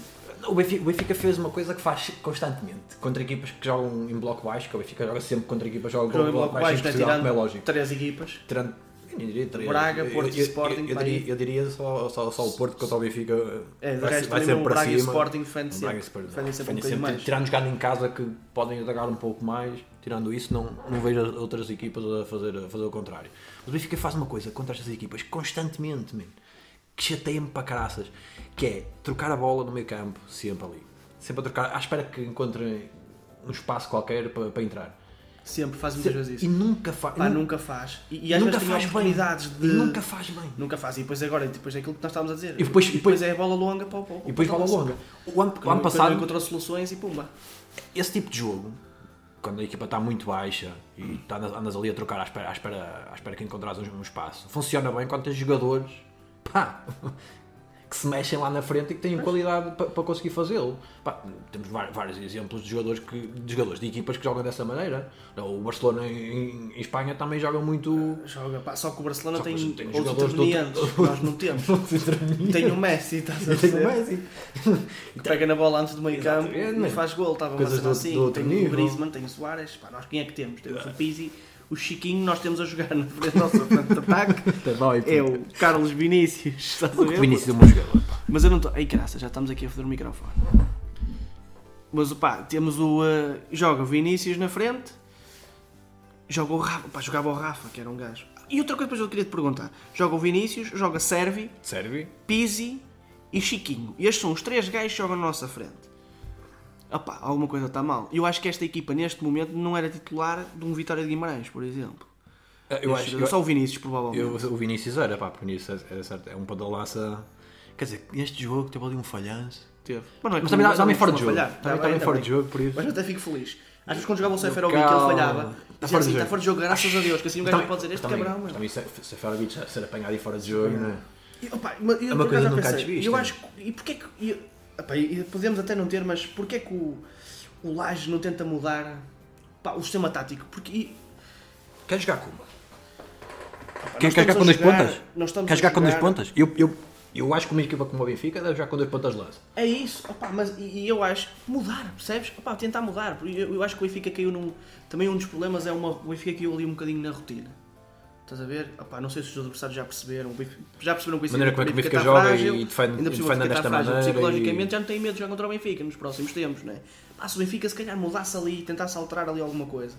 S1: O Benfica, o Benfica fez uma coisa que faz constantemente contra equipas que jogam em bloco baixo, que o Benfica joga sempre contra equipas que jogam
S2: Jogo
S1: com
S2: em
S1: bloco baixo, em
S2: né,
S1: Portugal, como é lógico.
S2: três equipas.
S1: Tirando. eu nem diria três.
S2: Braga,
S1: Eu-
S2: Porto e
S1: eu- eu-
S2: Sporting,
S1: Eu,
S2: pá, aí.
S1: diria, eu diria só, só, só o Porto contra o Benfica. eh,
S2: É, de
S1: vai,
S2: resto,
S1: ser- vai
S2: também
S1: ser
S2: o
S1: para
S2: Braga e o
S1: cima.
S2: Sporting defende
S1: O Braga e
S2: sempre.
S1: o Sporting
S2: Defendem sempre um
S1: defende
S2: bocadinho mais.
S1: Tirando jogado em casa que podem atacar um pouco mais, tirando isso, não, não vejo as outras equipas a fazer, a fazer o contrário. Mas o Benfica faz uma coisa contra estas equipas constantemente, man, que chateia-me para caraças, que é trocar a bola no meio campo, sempre ali. Sempre a trocar, à espera que encontrem um espaço qualquer para, para entrar.
S2: Sempre faz muitas vezes isso.
S1: E nunca faz.
S2: Pá, nunca faz. E, e às
S1: nunca
S2: vezes
S1: faz
S2: tem
S1: bem.
S2: oportunidades
S1: E
S2: de.
S1: nunca faz bem.
S2: Nunca faz. E depois agora, depois é aquilo que nós estávamos a dizer.
S1: E depois-
S2: e
S1: depois-
S2: é a bola longa para o
S1: E depois bola longa. O ano, o ano passado,
S2: encontrou soluções e pumba.
S1: esse tipo de jogo, quando a equipa está muito baixa e tá- andas ali a trocar à espera, à espera, à espera que encontrares um, um espaço, funciona bem quando tens jogadores pá, que se mexem lá na frente e que têm qualidade pa- para, conseguir fazê-lo. Pá, temos va- vários exemplos de jogadores, que, de jogadores de equipas que jogam dessa maneira. Então, O Barcelona em, em Espanha também joga muito.
S2: Joga, pá, só que o Barcelona
S1: Só que
S2: tem,
S1: tem
S2: outros
S1: jogadores de outra-
S2: intervenientes que nós não temos. tem o Messi, estás a
S1: Tem o
S2: dizer?
S1: Messi.
S2: que pega na bola antes do meio campo e
S1: Exatamente.
S2: faz gol. Estava uma
S1: Coisas
S2: cena
S1: do-
S2: assim.
S1: do outro
S2: tem o
S1: nível.
S2: Griezmann, tem o Soares. Pá, nós quem é que temos? Temos o Pizzi, o Chiquinho, nós temos a jogar na frente nossa frente de ataque.
S1: Tá bom, e-
S2: É o Carlos Vinícius, estás a ver?
S1: O Vinícius é um bom jogador. pá.
S2: Mas eu não estou. Ei, graça, já estamos aqui a foder o microfone. Mas pá, temos o. eh, joga o Vinícius na frente. Joga o Rafa. Pá, jogava o Rafa, que era um gajo. E outra coisa que eu queria te perguntar: joga o Vinícius, joga Servi,
S1: Serve?
S2: Pizzi e Chiquinho. Estes são os três gajos que jogam na nossa frente. Opá, alguma coisa está mal. Eu acho que esta equipa, neste momento, não era titular de um Vitória de Guimarães, por exemplo.
S1: eh, Eu acho, eu,
S2: Só o Vinícius, provavelmente.
S1: Eu, o Vinícius era, pá, porque o Vinícius era certo, é um padalaça. Quer dizer, este jogo teve ali um falhanço.
S2: Teve. Mas, não é
S1: Mas
S2: que-
S1: também dá-
S2: não
S1: dá-me
S2: costuma
S1: fora de jogo.
S2: falhar.
S1: Também
S2: Tá bem,
S1: dá-me
S2: tá
S1: fora
S2: bem.
S1: de jogo, por isso.
S2: Mas eu até fico feliz. Às vezes quando jogava o Seferovic ele
S1: Calma.
S2: falhava.
S1: Tá fora
S2: Está fora,
S1: de
S2: está
S1: jogo.
S2: fora de jogo, graças a Deus. Que assim um gajo
S1: Também-
S2: não pode dizer este
S1: também,
S2: cabrão, meu.
S1: Também se, se Seferovic ser- ser apanhado e fora de jogo, né?
S2: E, opa, mas eu,
S1: É uma coisa
S2: por acaso, já
S1: nunca
S2: pensei,
S1: antes vista.
S2: Eu acho que- E porquê que. e- opa, e podemos até não ter, mas porquê que o, o Laje não tenta mudar pá, o sistema tático? Porque. e-
S1: Quer jogar como?
S2: opa,
S1: Quer,
S2: nós
S1: quer jogar
S2: estamos
S1: com
S2: a
S1: dois
S2: jogar-
S1: pontas?
S2: nós estamos
S1: Quer
S2: a
S1: jogar com dois pontas? Eu, eu, eu acho que uma equipa como o Benfica deve jogar com dois pontas de lança.
S2: É isso, opá, mas e, e eu acho mudar, percebes? Opá, tentar mudar. porque Eu, eu acho que o Benfica caiu num. Também um dos problemas é uma, o Benfica caiu ali um bocadinho na rotina. Estás a ver? Opá, não sei se os adversários já perceberam. o Benfica- Já perceberam
S1: A maneira como é que o Benfica
S2: está
S1: joga e
S2: tá frágil,
S1: defende-
S2: ainda por cima
S1: defende
S2: o Benfica está
S1: desta
S2: frágil,
S1: maneira
S2: Psicologicamente
S1: e-
S2: já não tem medo de jogar contra o Benfica nos próximos tempos, não é? Pá, se o Benfica se calhar mudasse ali, tentasse alterar ali alguma coisa.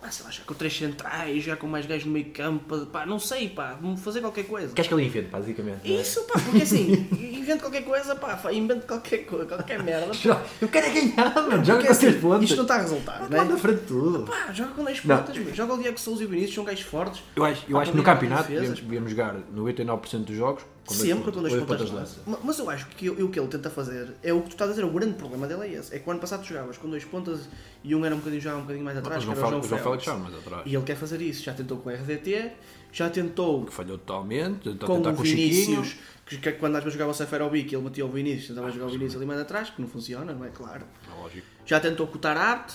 S2: Pá, sei lá, já com três centrais, já com mais gajos no meio campo, pá, não sei, pá, fazer qualquer coisa.
S1: Queres que ele invente, basicamente. não é?
S2: Isso, pá, porque assim, invento qualquer coisa, pá, fa- invento qualquer coisa, qualquer merda. pá,
S1: Eu quero é ganhar, mano. Joga
S2: porque
S1: com três
S2: assim,
S1: pontas.
S2: Isto não está a resultar,
S1: Lá na
S2: né?
S1: frente de tudo.
S2: Pá, joga com 10
S1: Não.
S2: pontas, meu. joga o Diego Souza e o Vinícius, são gajos fortes.
S1: Eu acho, eu
S2: Pá,
S1: acho que no
S2: para
S1: campeonato
S2: defesas,
S1: devíamos, devíamos jogar 99% dos jogos com
S2: Sempre com
S1: dois,
S2: dois
S1: pontas,
S2: pontas
S1: de
S2: de
S1: lança.
S2: lança. Ma- Mas eu acho que o- o que ele tenta fazer é o que tu estás a dizer, o grande problema dele é esse. É que o ano passado tu jogavas com dois pontas e um era um bocadinho já um bocadinho mais
S1: O
S2: atrás, que
S1: João
S2: era o João
S1: Félix- o João
S2: Félix.
S1: Félix já, mas atrás.
S2: E ele quer fazer isso. Já tentou com o RDT, já tentou
S1: Que falhou totalmente. Está a
S2: com
S1: tentar
S2: o
S1: com o Chiquinho.
S2: Vinícius, que, que quando às vezes jogava o Seferovic, ele batia o Vinícius, então tentava jogar o Vinícius ali mais atrás, que não funciona, não é claro.
S1: É Lógico.
S2: Já tentou com o Tarapte,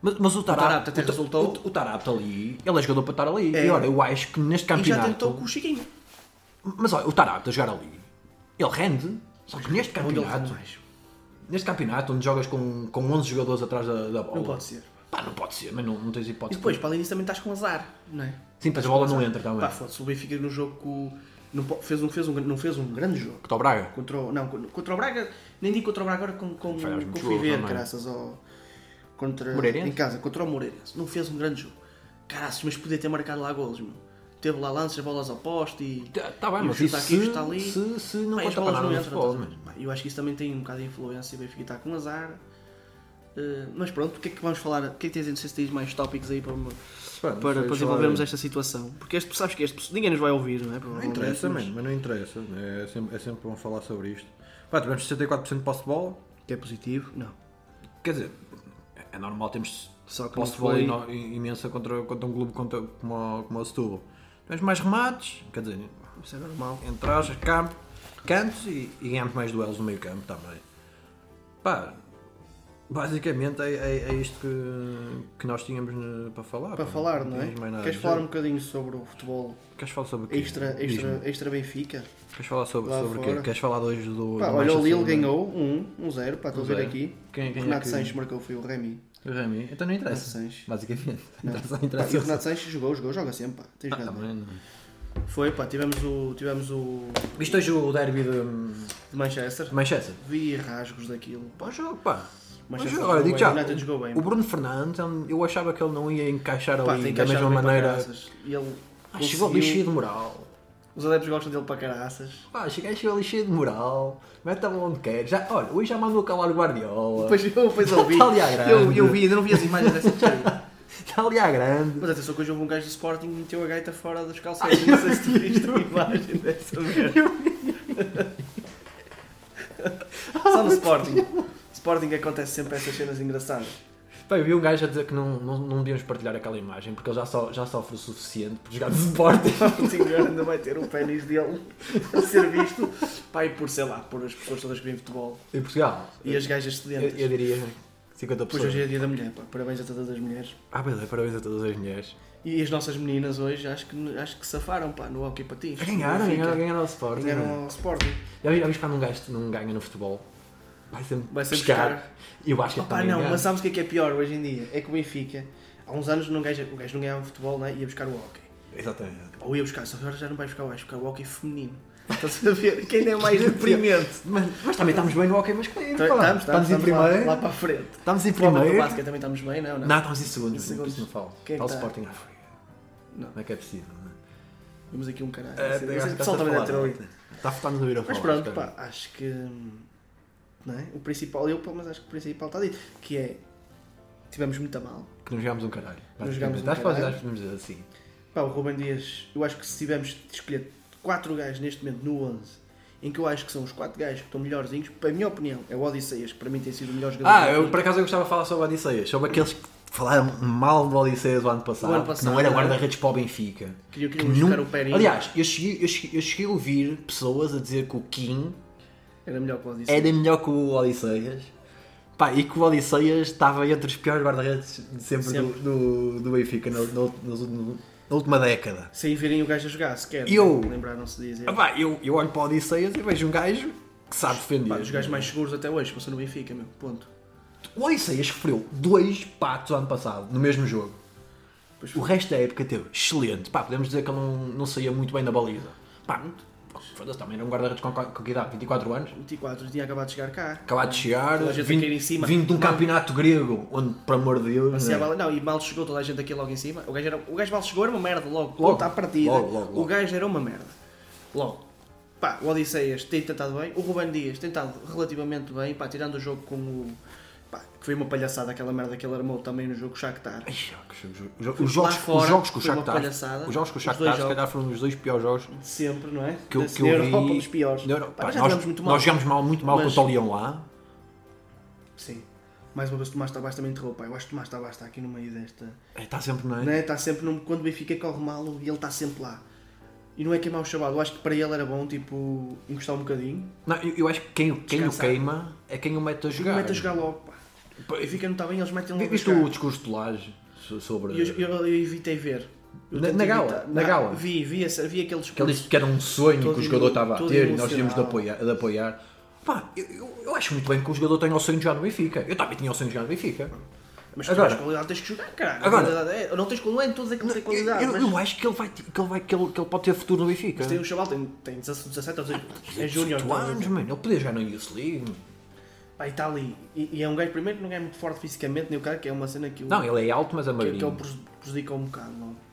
S1: Mas, mas o Tarapte,
S2: Tarapte até
S1: o Ta-
S2: resultou.
S1: O, o Tarapte ali, ele é jogador para estar ali.
S2: É.
S1: E olha, eu acho que neste
S2: e já
S1: campeonato.
S2: tentou com o Chiquinho.
S1: Mas olha, o Tarapte a jogar ali, ele rende. Só que neste
S2: Onde ele rende
S1: campeonato,
S2: mais.
S1: neste campeonato onde jogas com, com 11 jogadores atrás da, da bola.
S2: Não pode ser.
S1: Pá, não pode ser, mas não, não tens
S2: E
S1: hipótese.
S2: depois, para além disso, também estás com azar, não é?
S1: Sim, mas a bola não entra tá também.
S2: Pá, foda-se, o Benfica no jogo com. o- Não, po- fez um, fez um, não fez um grande jogo.
S1: Que tá o Braga.
S2: Contra o, não, contra o Braga, nem digo contra o Braga agora com, com,
S1: Falhámos
S2: com o
S1: muitos golos,
S2: Fiver,
S1: não é?
S2: graças ao. Contra,
S1: Moreirense?
S2: em casa, contra o Moreirense. Não fez um grande jogo. Caraças, mas podia ter marcado lá golos, meu. Teve lá lances, bolas ao poste e.
S1: Está
S2: e
S1: Tá, bem,
S2: o
S1: mas
S2: chute
S1: isso
S2: aqui, o
S1: se,
S2: chute ali.
S1: se, se não
S2: Pá, e as
S1: conta para nada
S2: bolas
S1: no
S2: entram, tá
S1: futebol.
S2: estás a ver?
S1: mano.
S2: Pá, Eu acho que isso também tem um bocado de influência. O Benfica está com azar. Eh, mas pronto, o que é que vamos falar? O que é que tens, não sei se tens mais tópicos aí para,
S1: Pronto,
S2: para, para
S1: foi
S2: desenvolvermos
S1: só-
S2: esta situação? Porque este, sabes que este, ninguém nos vai ouvir, não é?
S1: Não
S2: Provavelmente,
S1: interessa,
S2: mas-
S1: mano, mas não interessa. É sempre, é sempre bom falar sobre isto. Pá, tivemos 64% de posse de bola.
S2: Que é positivo? Não.
S1: Quer dizer, é- é normal termos
S2: Só que
S1: posse
S2: não
S1: de bola
S2: foi-
S1: ino- i- imensa contra, contra um clube contra, como, o- como o Setúbal. Tens mais remates, quer dizer,
S2: Isso é normal.
S1: entras, campo, cantos e, e ganhamos mais duelos no meio campo também. Pá, basicamente é, é, é isto que, que nós tínhamos né, para falar.
S2: Para
S1: pá.
S2: falar, não é?
S1: tínhamos mais nada a
S2: Queres
S1: dizer.
S2: falar um bocadinho sobre o futebol
S1: Queres falar sobre o quê?
S2: extra,
S1: Diz-me.
S2: extra, extra Benfica?
S1: Queres falar sobre,
S2: lá
S1: sobre o
S2: fora.
S1: quê? Queres falar de hoje do.
S2: Pá,
S1: do
S2: olha, o
S1: Manchester
S2: Lille
S1: United?
S2: ganhou 1-0, um, 0 pá, estou a ver
S1: 1-0.
S2: aqui.
S1: Quem- quem
S2: o
S1: é
S2: Renato
S1: que-
S2: Sanches marcou foi o Remy.
S1: O Remy. Então não
S2: Renato
S1: interessa.
S2: Sanches.
S1: Basicamente.
S2: Não.
S1: Interessa,
S2: Pá, e o
S1: interessa.
S2: Renato Sanches jogou, jogou, joga sempre, pá. Tem
S1: Ah,
S2: jogado.
S1: também não.
S2: Foi, pá, tivemos o, tivemos o
S1: Viste hoje o derby de,
S2: de Manchester.
S1: de Manchester?
S2: Vi rasgos daquilo.
S1: Bom jogo, pá. Bom
S2: Manchester
S1: jogo.
S2: jogou
S1: Olha,
S2: bem,
S1: digo já,
S2: o United jogou bem,
S1: o
S2: pá.
S1: Bruno Fernandes, hum, eu achava que ele não ia encaixar
S2: Pá,
S1: ali
S2: tem que
S1: da
S2: achar
S1: mesma
S2: bem para
S1: maneira.
S2: caraças. E ele
S1: Ah, chegou ali
S2: conseguiu-
S1: cheio de moral.
S2: Os adeptos gostam dele para caraças.
S1: Pá, cheguei chegou ali cheio de moral. Mete a mão onde quer. Já, olha, hoje já mandou calar o Guardiola.
S2: Depois, eu- depois eu vi.
S1: Está Tá ali à grande.
S2: Eu, eu vi, ainda não vi as imagens dessa porcaria.
S1: Está ali à grande.
S2: Mas atenção que hoje houve um gajo do Sporting que meteu a gaita fora dos calções. Não sei se tu viste a imagem dessa merda. Só no Sporting. Sporting acontece sempre essas cenas engraçadas.
S1: Pá, eu vi um gajo a dizer que não, não, não devíamos partilhar aquela imagem porque ele já, so, já sofre o suficiente por jogar de Sporting.
S2: O senhor ainda vai ter o pênis dele a ser visto. Pá, e por, sei lá, por as pessoas todas que vêm futebol
S1: Em Portugal,
S2: e as gajas
S1: eu,
S2: estudantes.
S1: eu diria 50
S2: Pois hoje
S1: pessoas.
S2: é dia da mulher, pá. Parabéns a todas as mulheres.
S1: Ah, pois é, parabéns a todas as mulheres.
S2: E as nossas meninas hoje acho que, acho que safaram, pá, no hockey patins.
S1: Ganharam,
S2: No Benfica.
S1: ganharam, ganharam ao Sporting.
S2: Ganharam ao Sporting.
S1: Já vi- já viste quando um gajo não ganha no futebol? Vai sempre,
S2: Vai sempre buscar.
S1: E o basquete
S2: Opa,
S1: também
S2: não,
S1: ganha.
S2: mas sabes o que é que é pior hoje em dia? É que o Benfica, há uns anos não gajo, o gajo não ganhava futebol, né? ia buscar o hockey.
S1: Exatamente.
S2: Ou ia buscar, só que agora já não vai buscar o hockey, buscar o hockey feminino. Estás a ver? Que ainda é mais deprimente.
S1: Mas, mas também estamos bem no hockey masculino.
S2: Então,
S1: pá.
S2: Estamos, estamos,
S1: em
S2: estamos
S1: primeiro. é?
S2: lá, lá para a frente.
S1: Estamos em
S2: Provavelmente
S1: primeiro.
S2: No basquet também estamos bem, não? Não.
S1: Não, estamos em segundo.
S2: Em
S1: Por isso não
S2: segundos.
S1: falo.
S2: Quem é
S1: Está o
S2: que está?
S1: Sporting à frente.
S2: Não.
S1: Como é que é possível? tá? não é?
S2: Vimos aqui um caralho.
S1: É,
S2: Esse-
S1: tem-
S2: esse
S1: está-se
S2: pessoal
S1: a
S2: também
S1: falar,
S2: deve ter
S1: não é?
S2: ouvido.
S1: Está- Está-nos a ouvir a falar.
S2: Mas pronto,
S1: espera.
S2: pá, acho que. hum, Não é? O principal, eu, pá, mas acho que o principal está dito. Que é. Tivemos muito a mal.
S1: Que não jogámos um caralho.
S2: Não jogámos um
S1: Acho que
S2: caralho.
S1: nós podemos dizer assim.
S2: Pá, o Rubem Dias, eu acho que se tivermos de escolher 4 gajos neste momento no 11, em que eu acho que são os 4 gajos que estão melhorzinhos, para a minha opinião, é o Odisseias, que para mim tem sido o melhor jogador.
S1: Ah,
S2: do
S1: eu
S2: mundo.
S1: por acaso eu gostava de falar sobre o Odisseias. Sobre aqueles que falaram mal do Odisseias o ano passado.
S2: O ano
S1: que
S2: passado,
S1: não era
S2: não é?
S1: guarda-redes para o Benfica.
S2: Queria,
S1: Que
S2: queria buscar
S1: não...
S2: o Perinho.
S1: Aliás, eu cheguei, eu, cheguei, eu cheguei a ouvir pessoas a dizer que o Kim
S2: era melhor que o Odisseias.
S1: era melhor que o Odisseias. Pá, e que o Odisseias estava entre os piores guarda-redes de sempre,
S2: Sempre.
S1: Do, do, do Benfica na, na ult- nas ult- na última década.
S2: Sem virem o gajo a jogar sequer.
S1: Eu-
S2: né? Lembraram-se de dizer.
S1: Ah, pá, eu, eu olho para o Odisseias e vejo um gajo que sabe defender.
S2: Pá, os é um gajos mais seguros até hoje, passou no Benfica, meu. Ponto.
S1: O Odisseias sofreu dois patos ano passado, no mesmo jogo.
S2: Pois
S1: O resto da época teve excelente. Pá, podemos dizer que ele não, não saía muito bem da baliza. Pá, foda-se, também era um guarda-redes com, com que idade? 24 anos?
S2: 24 tinha acabado de chegar cá.
S1: Acabado de chegar,
S2: Toda a gente a cair em cima.
S1: vindo de um campeonato grego, onde, por amor de Deus,
S2: Assim,
S1: né?
S2: a bola- não, e mal chegou toda a gente aqui logo em cima. O gajo, era, o gajo mal chegou, era uma merda logo.
S1: Logo,
S2: Logo, à partida.
S1: logo, logo, logo.
S2: O gajo era uma merda. Logo. Pá, o Odisseias tem tentado bem. O Ruben Dias tem tentado relativamente bem. Pá, tirando o jogo com o. Pá, que foi uma palhaçada aquela merda que ele armou também no jogo com o Shakhtar.
S1: Ai, que jogo- jogo- Os jogos,
S2: fora,
S1: os jogos com o
S2: foi uma
S1: Shakhtar,
S2: palhaçada.
S1: os jogos com o
S2: Os
S1: Shakhtar
S2: dois
S1: se calhar foram os dois piores jogos
S2: De sempre, não é?
S1: que eu,
S2: Desse-
S1: que eu
S2: na
S1: vi.
S2: Europa, dos piores.
S1: Na Europa.
S2: Pá, mas já
S1: nós,
S2: jogamos muito
S1: nós
S2: mal.
S1: jogamos mal, muito mal
S2: Mas-
S1: contra o Leão lá.
S2: Sim. Mais uma vez o Tomás Tabás também enterrou, pá. Eu acho que o Tomás Tabás está aqui no meio desta.
S1: É, Está sempre, não é?
S2: né? Está sempre num- quando o Benfica é corre mal e ele está sempre lá. E não é queimar o chavalo, eu acho que para ele era bom, tipo, encostar um bocadinho
S1: Não, eu, eu acho que quem, quem o
S2: Descansar.
S1: queima é quem o mete a
S2: e
S1: jogar.
S2: mete a jogar logo, pá. O Benfica não está bem, eles metem logo a
S1: Viste
S2: jogar.
S1: o discurso de Lage so- sobre.
S2: E eu, eu- eu evitei ver. Eu
S1: Na-
S2: tento
S1: na gala,
S2: evitar.
S1: na
S2: Não,
S1: gala.
S2: Vi, vi, essa- vi aquele
S1: Que ele
S2: discurso.
S1: disse que era um sonho
S2: Todo
S1: que o jogador
S2: emo-
S1: estava a
S2: todo
S1: ter e nós tínhamos de
S2: emocional.
S1: apoiar. de apoiar. Pá, eu, eu- eu acho muito bem que o jogador tenha o sonho de jogar no Benfica. Eu também tinha o sonho de jogar no Benfica.
S2: Mas tu
S1: Agora-
S2: tens qualidade, tens que jogar, caralho.
S1: Agora-
S2: Agora, é, não tens qualidade, não todos aqueles têm
S1: Eu,
S2: qualidade.
S1: eu-
S2: mas
S1: eu acho que ele, vai, que, ele vai, que, ele, que ele pode ter futuro no Benfica.
S2: tem um chaval, tem, tem 17 ou 18, é
S1: 18
S2: júnior. estás a
S1: anos,
S2: dizer.
S1: mano. Ele podia jogar na Youth League.
S2: Pá, e está ali. E, e é um gajo, primeiro, que não é muito forte fisicamente, nem o cara, que é uma cena que o,
S1: Não, ele é alto, mas é
S2: que, que ele
S1: magrinho.
S2: preju- prejudica um bocado, não.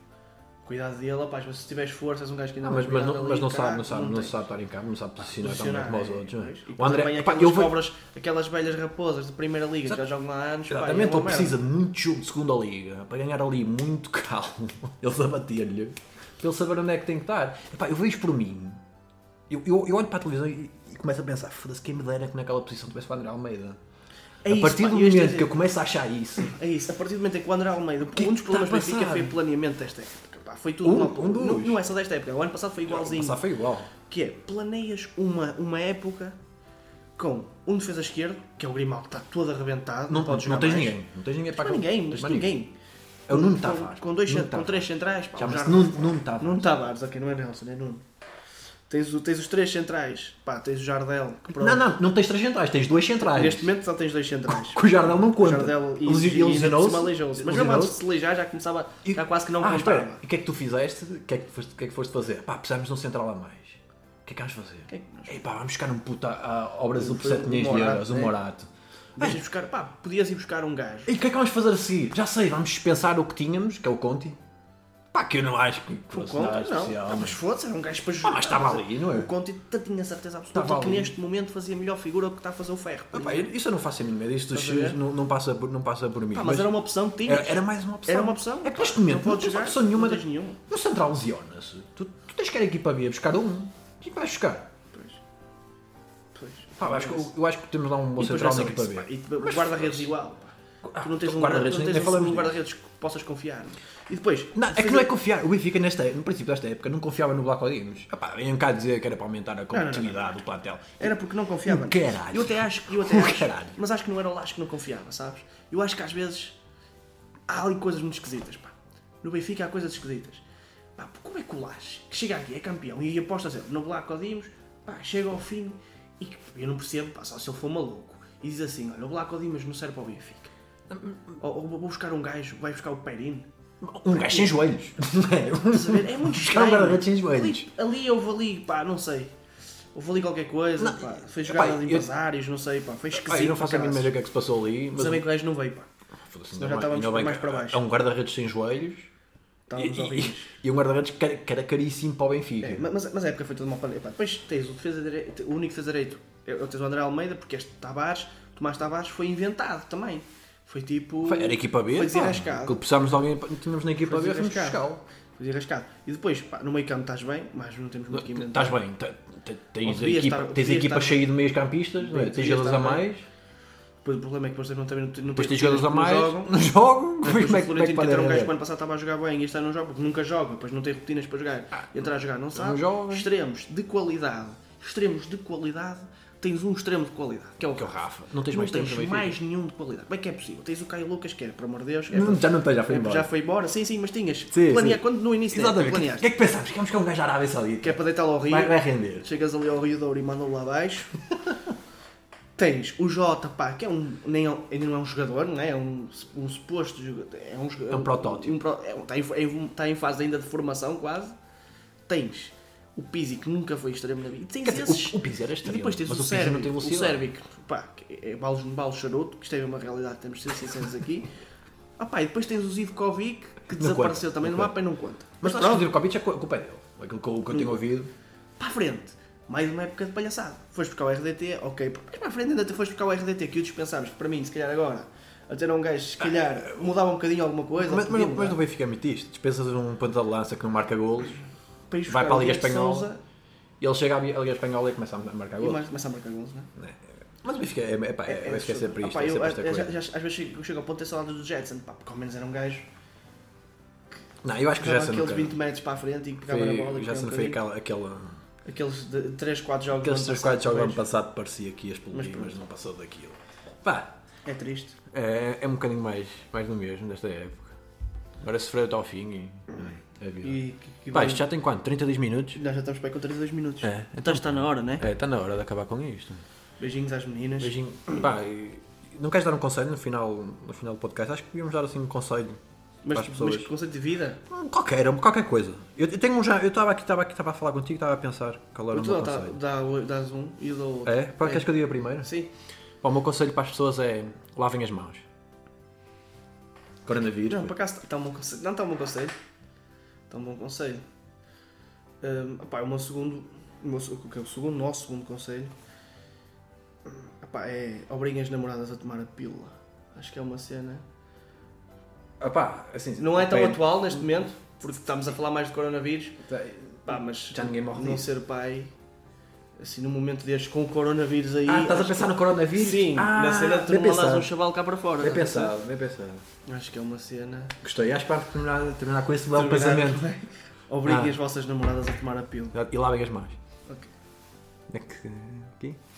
S2: Cuidado dele, rapaz, mas se tiveres força, és um gajo que ainda
S1: Não, Ah, mas, mas, não, mas não sabe, não sabe, não
S2: sabe
S1: sabe estar em campo, não sabe posicionar tão bem como os outros. não é?
S2: O
S1: O André, pá,
S2: aquelas
S1: eu vou,
S2: cobras, aquelas velhas raposas de primeira liga que já jogam há anos. pá, é
S1: Exatamente,
S2: uma
S1: ele
S2: merda.
S1: precisa de muito jogo de segunda liga para ganhar ali muito calmo. Eles a bater-lhe. Para ele saber onde é que tem que estar. Epá, eu vejo por mim. Eu, eu, eu olho para a televisão e, e começo a pensar, foda-se, quem me dera que naquela posição tivesse para André Almeida.
S2: É
S1: a
S2: isso,
S1: partir
S2: pá,
S1: do
S2: eu estou a
S1: momento
S2: dizer-
S1: que eu começo a achar isso,
S2: É isso, a partir do momento em que o André Almeida,
S1: que
S2: um dos problemas
S1: está
S2: do
S1: a
S2: Benfica
S1: passar?
S2: foi o planeamento desta época. pá, foi tudo
S1: Um,
S2: uma-
S1: um, dois.
S2: não, não é só desta época, o ano passado foi igualzinho.
S1: passar foi igual.
S2: Que é, planeias uma, uma época com um defesa esquerdo, que é o Grimaldo, que está todo arrebentado, não,
S1: Não,
S2: pode
S1: não,
S2: jogar
S1: tens
S2: mais.
S1: ninguém. Não tens ninguém é
S2: Mas
S1: para
S2: ninguém, mas
S1: tens mais
S2: ninguém.
S1: É o Nuno
S2: Com-
S1: Tavares.
S2: Com, dois,
S1: Nuno
S2: com três centrais, pá,
S1: Chama-se
S2: o
S1: Nuno,
S2: Jardim.
S1: Nuno Tavares.
S2: Nuno Tavares, ok, não é Nelson, é Nuno. Tens, o- tens os três centrais, pá, tens o Jardel, que pronto,
S1: Não, não, não tens três centrais, tens dois centrais.
S2: neste momento só tens dois centrais.
S1: Que o Jardel não
S2: O
S1: conta.
S2: Jardel e
S1: Ele- ele
S2: e ainda por cima
S1: lesionou-se.
S2: aleijou-se. Mas
S1: Ele
S2: mesmo antes de
S1: lesionou-se.
S2: se leijar já começava,
S1: E-
S2: já quase que não
S1: ah, espera,
S2: contava.
S1: E o que é que tu fizeste? O que é que, tu foste, o que é que foste fazer? Pá, precisamos de um central a mais. O que é que vamos fazer?
S2: que é que nós-
S1: Ei, pá, vamos buscar um puta a- ao Brasil por
S2: Foi
S1: 7
S2: o
S1: milhões de
S2: Morato,
S1: euros, um
S2: é.
S1: Morato.
S2: Mas ir buscar, pá, podias ir buscar um gajo.
S1: E o que é que vamos fazer a seguir? Já sei, vamos dispensar o que tínhamos, que é o Conti. Pá, que eu não acho que
S2: O
S1: fosse nada
S2: Conte, não.
S1: especial.
S2: Ah, mas
S1: mas-
S2: foda-se, era um gajo para
S1: Ah,
S2: jogar.
S1: mas estava ali, não é?
S2: O Conte tinha certeza absoluta
S1: Estava
S2: que
S1: ali.
S2: neste momento fazia melhor figura do que está a fazer o Ferro.
S1: Ah, pá, isso eu não faço a mínima ideia. Isto dos
S2: Estás a ver?
S1: X não, não passa por, não passa por mim.
S2: Pá, mas era uma opção que tinhas.
S1: era- era mais uma opção.
S2: Era uma opção.
S1: É que neste momento não,
S2: podes
S1: tens
S2: jogar,
S1: opção nenhuma.
S2: Não
S1: de-
S2: tens nenhuma.
S1: No central lesiona-se. Tu, tu tens que ir aqui para B buscar um. O que é que vais buscar?
S2: Pois. Pois.
S1: Pá, eu acho que, eu, eu acho que temos lá um bom
S2: E depois
S1: central
S2: não sei o
S1: mesmo
S2: que
S1: para
S2: é que se- pá,
S1: ver.
S2: e depois guarda-redes igual. pá. Tu não tens
S1: Ah,
S2: um guarda-redes,
S1: guarda-redes, nem-
S2: não tens
S1: nem
S2: um
S1: falamos
S2: segundo guarda-redes que possas confiar. E depois,
S1: Não, é que não é confiar. O Benfica, nesta, no princípio desta época, não confiava no Black Odinos. Ah pá, Venham cá dizer que era para aumentar a
S2: não, É- não.
S1: competitividade do plantel.
S2: Era porque não confiava.
S1: O caralho.
S2: Eu até acho que. Eu até
S1: O
S2: acho,
S1: caralho.
S2: Mas acho que não era o Lage que não confiava, sabes? Eu acho que às vezes há ali coisas muito esquisitas, pá. No Benfica há coisas esquisitas. Pá, como é que o Lage, que chega aqui, é campeão e aposta sempre no Black Odimos, pá, chega ao fim e que eu não percebo, pá, só se ele for maluco e diz assim: olha, o Black Odimos não serve para o Benfica.
S1: hum,
S2: Ou, ou vou buscar um gajo, vai buscar o Perino.
S1: Um gajo sem joelhos. não é? Um-
S2: Estás a ver? É
S1: Buscar
S2: muito
S1: um
S2: estranho.
S1: guarda-redes sem joelhos.
S2: Ali, ali houve ali, pá, não sei. Houve ali qualquer coisa,
S1: Não,
S2: pá. Foi
S1: epá,
S2: jogada de
S1: eu-
S2: empresários, não sei, pá. Foi esquisito.
S1: Pá, eu não faço a
S2: para
S1: mínima
S2: caralho.
S1: ideia do que é que se passou ali, mas.
S2: Ainda bem que o gajo não veio, pá.
S1: Foda-se,
S2: senão
S1: ainda
S2: já
S1: bem-
S2: estávamos
S1: ainda bem
S2: mais
S1: que-
S2: para baixo.
S1: É um guarda-redes sem joelhos.
S2: Estávamos
S1: e- e,
S2: horríveis.
S1: e um guarda-redes que era- que era caríssimo para o Benfica.
S2: É, mas, mas a época foi toda mal para pá. Depois tens o defesa direito, o único defesa direito, é o- tens o André Almeida, porque este Tavares, Tomás Tavares, foi inventado também. Foi tipo.
S1: Foi- era equipa B,
S2: Foi
S1: pá, que
S2: desarrascado.
S1: precisámos de alguém, não tínhamos na equipa
S2: Foi
S1: B, fomos
S2: desarrascado.
S1: buscá-lo.
S2: Foi desarrascado. E depois, pá, no meio campo estás bem, mas não temos muito que inventar.
S1: Estás bem, te- te-
S2: Ou
S1: tens a
S2: devias
S1: equipa,
S2: estar-
S1: tens a
S2: devias
S1: equipa
S2: estar-
S1: cheia de meios campistas, não é? tens
S2: devias
S1: jogadores a
S2: estar bem.
S1: mais,
S2: Depois o problema é que vocês não, também não, não
S1: depois tens
S2: têm
S1: jogadores a
S2: que não
S1: mais,
S2: jogam.
S1: não jogam, como é que- como
S2: Depois o
S1: é que
S2: Florentino que
S1: podem
S2: era um gajo
S1: haver?
S2: que o ano passado estava a jogar bem e este ano não joga, porque nunca joga, depois não tem rotinas para jogar. Entrar a jogar não sabe.
S1: Ah, joga.
S2: Extremos de qualidade. Extremos de qualidade. Tens um extremo de qualidade, que é o
S1: Que é o
S2: Rafa.
S1: Rafa, não tens
S2: Não
S1: mais tempo
S2: tens
S1: também.
S2: mais nenhum de qualidade. Como é que é possível? Tens o Caio Lucas, que era, por amor de Deus, é
S1: Não,
S2: para-
S1: já não tens, já foi
S2: é,
S1: embora.
S2: já foi embora. Sim, sim, mas tinhas.
S1: Sim,
S2: planear
S1: sim.
S2: quando no início da época,
S1: Exatamente, o que é
S2: planeaste.
S1: que pensámos? Queremos que é um gajo árabe
S2: Que é
S1: saudita.
S2: para deitar ao Rio.
S1: Vai, vai render.
S2: Chegas ali ao Rio Douro e mandam lá abaixo. Tens o Jota, pá, que é um, nem é um- ainda não é um jogador, não é? É um, um suposto jogador. É um, joga-
S1: É um protótipo.
S2: um pro- é um- está, em, é um- está em fase ainda de formação, quase. Tens o Pizzi, que nunca foi extremo na vida. E Tens
S1: Quer dizer,
S2: esses.
S1: o- o Pizzi era extremo,
S2: E depois tens
S1: mas
S2: o
S1: o Pizzi não
S2: Sérvico.
S1: tem
S2: O
S1: velocidade.
S2: Sérvico, pá, que é balos no balo charuto, que isto é uma realidade, temos de ser sinceros aqui. Ah, pá, e depois tens o Zivkovic, que
S1: Não
S2: desapareceu
S1: conta,
S2: também
S1: não
S2: no
S1: conta.
S2: mapa e não conta.
S1: Mas acho que o Kovic é cu- culpa é dele, aquilo que
S2: Hum.
S1: eu- que eu tenho ouvido.
S2: para a frente. Mais uma época de palhaçada. Foste buscar o RDT, ok, mas para a frente ainda te foste buscar o RDT, que o dispensámos, que para mim, se calhar agora, até era um gajo, se calhar, mudava um bocadinho alguma
S1: Mas,
S2: coisa. ou
S1: mas,
S2: podia
S1: mas
S2: mudar.
S1: no Benfica é muito isto. Dispensas um ponta de lança que não marca golos,
S2: Para
S1: vai
S2: ir buscar
S1: para a
S2: o
S1: Liga
S2: Diego
S1: Espanhola
S2: Sousa
S1: e ele chega à Liga Espanhola e começa a marcar
S2: E
S1: golos.
S2: mais, começa a marcar gols, não é?
S1: Mas o Benfica é, é, pá, é, é, esquecer para isto,
S2: Ah, pá,
S1: é
S2: eu,
S1: sempre esta
S2: eu já-
S1: coisa.
S2: já- Às vezes chego, chego ao ponto de ter saudades do Jetson, pá, porque ao menos era um gajo
S1: Não, eu acho
S2: que
S1: que o
S2: jogava
S1: Gerson
S2: aqueles
S1: nunca...
S2: 20 metros para a frente e que pegava na
S1: Foi, o
S2: bola. e que era um
S1: Gerson foi
S2: bocadinho-
S1: aquela, aquela,
S2: Aqueles de 3, 4 jogos.
S1: aqueles
S2: do ano
S1: 3,
S2: passado,
S1: 4 jogos do ano
S2: talvez.
S1: passado parecia que ia explodir,
S2: Mas
S1: mas,
S2: pronto.
S1: não passou daquilo. Pá,
S2: É triste.
S1: é, é um bocadinho mais, mais do mesmo desta época. Agora sofreu até ao fim e... É, a vida.
S2: E que, que
S1: Pá, isto já tem quanto? 30 dias minutos?
S2: Nós já estamos para aí com 32 minutos.
S1: É,
S2: Então está na hora, né?
S1: É, está na hora de acabar com isto.
S2: Beijinhos às meninas.
S1: Beijinho. Pá, e- não queres dar um conselho no final, no final do podcast? Acho que devíamos dar assim um conselho
S2: Mas,
S1: para as pessoas.
S2: mas conceito de vida?
S1: Hum, Qualquer, qualquer coisa. Eu, eu tenho um já. Eu estava aqui, estava aqui, estava a falar contigo, estava a pensar qual era o
S2: Mas tu tá-
S1: meu
S2: dá, dá,
S1: conselho.
S2: dá- dás um e eu dou outro.
S1: É? Pá, queres que eu diga primeiro?
S2: Sim.
S1: Pá, o meu conselho para as pessoas é lavem as mãos. Coronavírus.
S2: Não, por acaso está um bom conselho. Não está um bom conselho. Está um bom conselho. Hum, opá, o meu segundo. O, meu, se- o que é o segundo, nosso segundo conselho. hum, opá, é obriguem as namoradas a tomar a pílula. Acho que é uma cena.
S1: Ah, pá, assim,
S2: Não é tão
S1: depende. Ah,
S2: atual neste momento, porque estamos a falar mais de coronavírus. Pá, mas
S1: Já ninguém morre
S2: não
S1: disso.
S2: ser pai, assim, num momento destes com o coronavírus aí.
S1: Ah, estás a pensar no coronavírus?
S2: Sim,
S1: ah,
S2: na cena de tu
S1: bem
S2: não mandares
S1: pensado.
S2: um chaval cá para fora.
S1: Bem pensado, bem pensado.
S2: Acho que é uma cena.
S1: Gostei, acho que vamos terminar, terminar com esse belo
S2: Terminar-
S1: pensamento.
S2: Obriguem
S1: Ah.
S2: as vossas namoradas a tomar a pílula.
S1: E lavem as mãos.
S2: Ok.
S1: É que- Aqui?